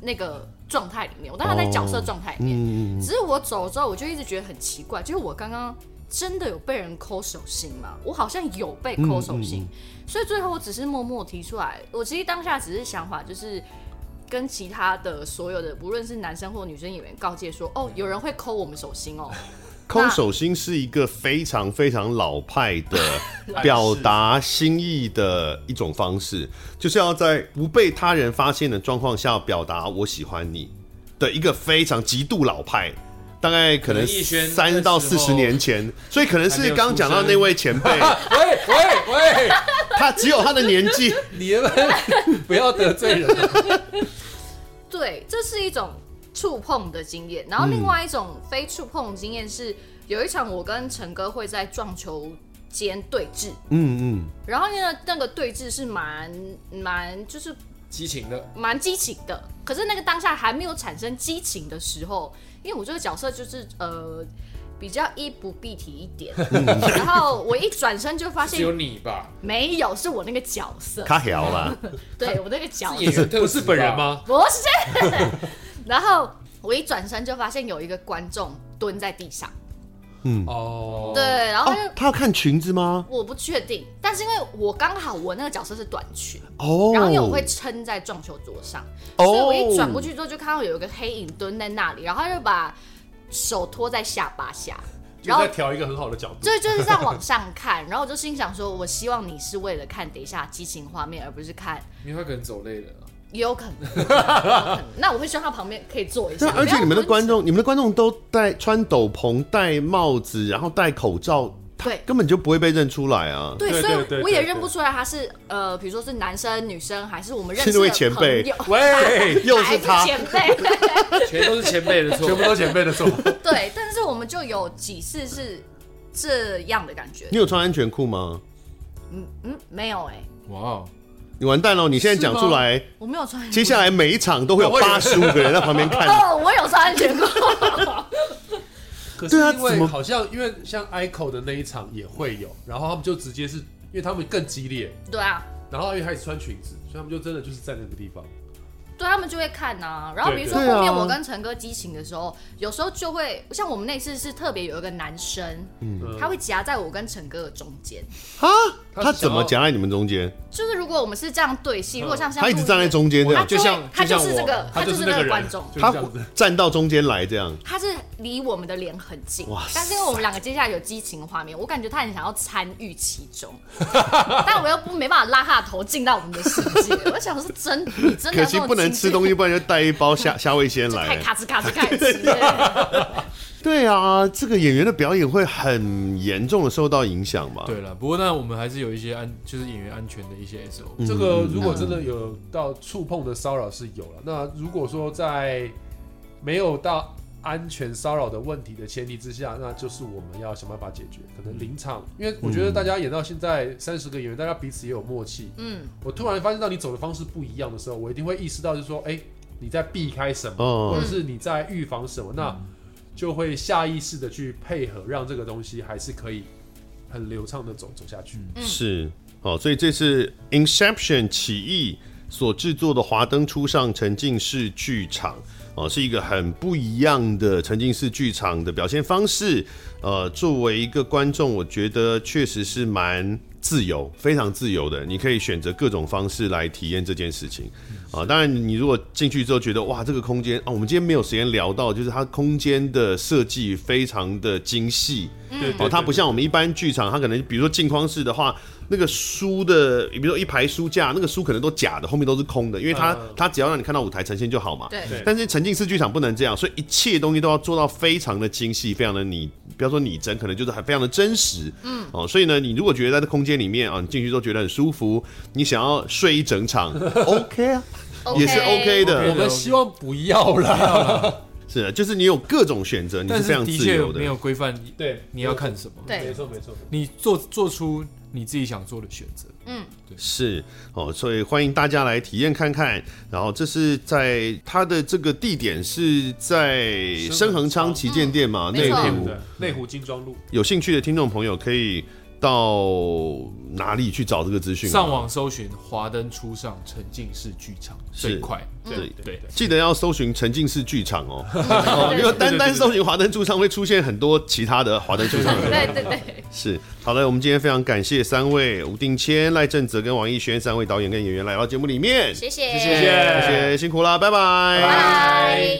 C: 那个状态里面，我当下在角色状态里面，
A: 嗯，
C: 只是我走了之后，我就一直觉得很奇怪，就是我刚刚真的有被人抠手心吗？我好像有被抠手心，所以最后我只是默默提出来。我其实当下只是想法就是。跟其他的所有的，无论是男生或女生演员，告诫说：“哦，有人会抠我们手心哦。
A: 抠手心是一个非常非常老派的表达心意的一种方式，就是要在不被他人发现的状况下表达我喜欢你的一个非常极度老派。大概可能
B: 可能逸轩那时
A: 三
B: 候
A: 到四十年前，所以可能
B: 还没
A: 是
B: 有
A: 刚刚
B: 出
A: 讲到
B: 生
A: 那位前 辈，
D: 喂喂喂，
A: 他只有他的年纪，
D: 你们不要得罪 人啊，”
C: 对，这是一种触碰的经验。然后另
A: 嗯
C: 外一种非触碰的经验是，有一场我跟陈哥会在撞球间对峙，
A: 嗯嗯，
C: 然后呢，那个对峙是蛮蛮就是
B: 激情的，
C: 蛮激情的，可是那个当下还没有产生激情的时候，因为我这个角色就是呃比较衣不蔽体一 点，
A: 嗯
C: 然后我一转身就发
B: 只有
C: 现
B: 你吧，
C: 没有是我那个角色，
A: 卡屌啦，
C: 对我那个角
B: 演
C: 色
B: 员
D: 不是本人？吗？
C: 不是， 然后我一转身就发现有一个观众蹲在地上，
D: 哦，
C: 对，然后
A: 哦
C: 他就。，
A: 他要看裙子吗？
C: 我不确定，但是因为我刚好我那个角色是短裙，
A: 哦，
C: 然后有会撑在撞球桌上，
A: 哦
C: 所以我一转过去之后就看到有一个黑影蹲在那里，然后他就把手托在下巴下，
D: 就
C: 然后
D: 在调一个很好的角度，
C: 就就是在往上看，然后我就心想说，我希望你是为了看等一下激情画面，而不是看，
B: 因为他可能走累了。
C: 也有可能，也有可能那我会希望他旁边可以坐一下
A: 那。 而
C: 不
A: 且
C: 要
A: 你们的
C: 蹲着
A: 观众，你们的观众都戴穿斗篷、戴帽子，然后戴口罩，他
C: 对
A: 根本就不会被认出来啊。
C: 对，
D: 对
C: 所
D: 对对
C: 以我也
D: 对
C: 认不
D: 对
C: 出来他是呃，比如说是男生、女生，还是我们认
A: 是
C: 识
A: 那位
C: 的
A: 前辈
C: 朋友
D: 喂，
A: 哎又
C: 还
A: 是他，
C: 前辈。
B: 全都是前辈的错，
D: 全部都前辈的错，
C: 对，但是我们就有几次是这样的感觉
A: 你。有穿安全裤吗？
C: 嗯嗯，没有哎、
B: 哇哦，
A: 你完蛋了！你现在讲出来，
C: 我没有穿。
A: 接下来每一场都会有八十五个人在旁边 看。
C: 哦，我有穿安全裤。
D: 可是
A: 对啊
D: 因
A: 怎
D: 为
A: 么
D: 好像因为像 ICO 的那一场也会有，然后他们就直接是因为他们更激烈，
C: 对啊，
D: 然后又开始穿裙子，所以他们就真的就是在那个地方，
C: 对他们就会看呐、然后比如说
A: 对对
C: 后面
A: 对啊
C: 我跟陈哥激情的时候，有时候就会像我们那次是特别有一个男生，
A: 嗯
D: 嗯
C: 他会夹在我跟陈哥的中间。
A: 哈，
D: 他
A: 他
D: 是想
A: 怎
D: 要
A: 么夹在你们中间？
C: 就是如果我们是这样对戏，如果像像
A: 嗯他一直站在中间这
C: 他
A: 样，
C: 就
B: 就像
C: 会他就
B: 就
C: 是这
B: 像我
C: 个，
D: 他
C: 就
D: 就是
C: 是
D: 那个
C: 个
D: 人
C: 观众。
D: 就
A: 他
D: 是这样子
A: 站到中间来这样。
C: 他是离我们的脸很近
A: 哇塞，
C: 但是因为我们两个接下来有激情的画面，我感觉他很想要参与其中， 但我又不没办法拉他的头进到我们的世界。我想是真，你真的
A: 可
C: 要
A: 惜
C: 这种
A: 不能
C: 情
A: 吃
C: 境
A: 东西，不然就带一包 虾虾味鲜
C: 就太
A: 来。
C: 咔 哧咔哧开始吃了。
A: 对啊，这个演员的表演会很严重的受到影响吧？
B: 对了，不过那我们还是有一些安，就是演员安全的一些 SO。
A: 嗯
D: 这个如果真的有到触碰的骚扰是有了，那如果说在没有到安全骚扰的问题的前提之下，那就是我们要想办法解决。可能临场，因为我觉得大家演到现在三十个演员，大家彼此也有默契。
C: 嗯，
D: 我突然发现到你走的方式不一样的时候，我一定会意识到，就是说，哎、你在避开什么，
A: 嗯
D: 或者是你在预防什么，那就会下意识的去配合，让这个东西还是可以很流畅的走走下去。
C: 嗯
A: 是哦，所以这次《Inception》起义所制作的《华灯初上》沉浸式剧场。哦，是一个很不一样的沉浸式剧场的表现方式。呃，作为一个观众，我觉得确实是蛮自由，非常自由的。你可以选择各种方式来体验这件事情。啊，当然，你如果进去之后觉得哇，这个空间啊，我们今天没有时间聊到，就是它空间的设计非常的精细。
D: 对
A: 哦，它不像我们一般剧场，它可能比如说镜框式的话，那个书的，比如说一排书架，那个书可能都假的，后面都是空的，因为它、
D: 嗯
A: 它只要让你看到舞台呈现就好嘛。
C: 对，
D: 对
A: 但是沉浸式剧场不能这样，所以一切东西都要做到非常的精细，非常的拟，不要说拟真，可能就是还非常的真实。嗯，哦，所以呢，你如果觉得在这空间里面啊，你进去都觉得很舒服，你想要睡一整场，OK 啊，也是 OK 的。
D: 我们希望不要啦，
A: 是的，就是你有各种选择，你
B: 但
A: 非
B: 是
A: 常
B: 的
A: 自
B: 确
A: 由的
B: 没。有规范，你
D: 对，
B: 你要看什么，
C: 对
D: 没错没错。
B: 你做做出你自己想做的选择。
A: 是哦，所以欢迎大家来体验看看。然后这是在它的这个地点是在深恒昌旗舰店嘛，内
C: 嗯没错
A: 湖
D: 对。，内湖精装路，
A: 有兴趣的听众朋友可以到哪里去找这个资讯、啊？
B: 上网搜寻“华灯初上沉浸式剧场”
A: 是
B: 最快，
A: 对
B: 对
A: 记得要搜寻沉浸式剧场哦，哦因为单单搜寻华灯初上会出现很多其他的华灯初上的
C: 对对对，
A: 是，好的，我们今天非常感谢三位吴定谦、赖正泽跟王艺轩三位导演跟演员来到节目里面，
C: 谢谢
B: 谢谢
A: 谢谢辛苦啦，拜拜。
C: 拜。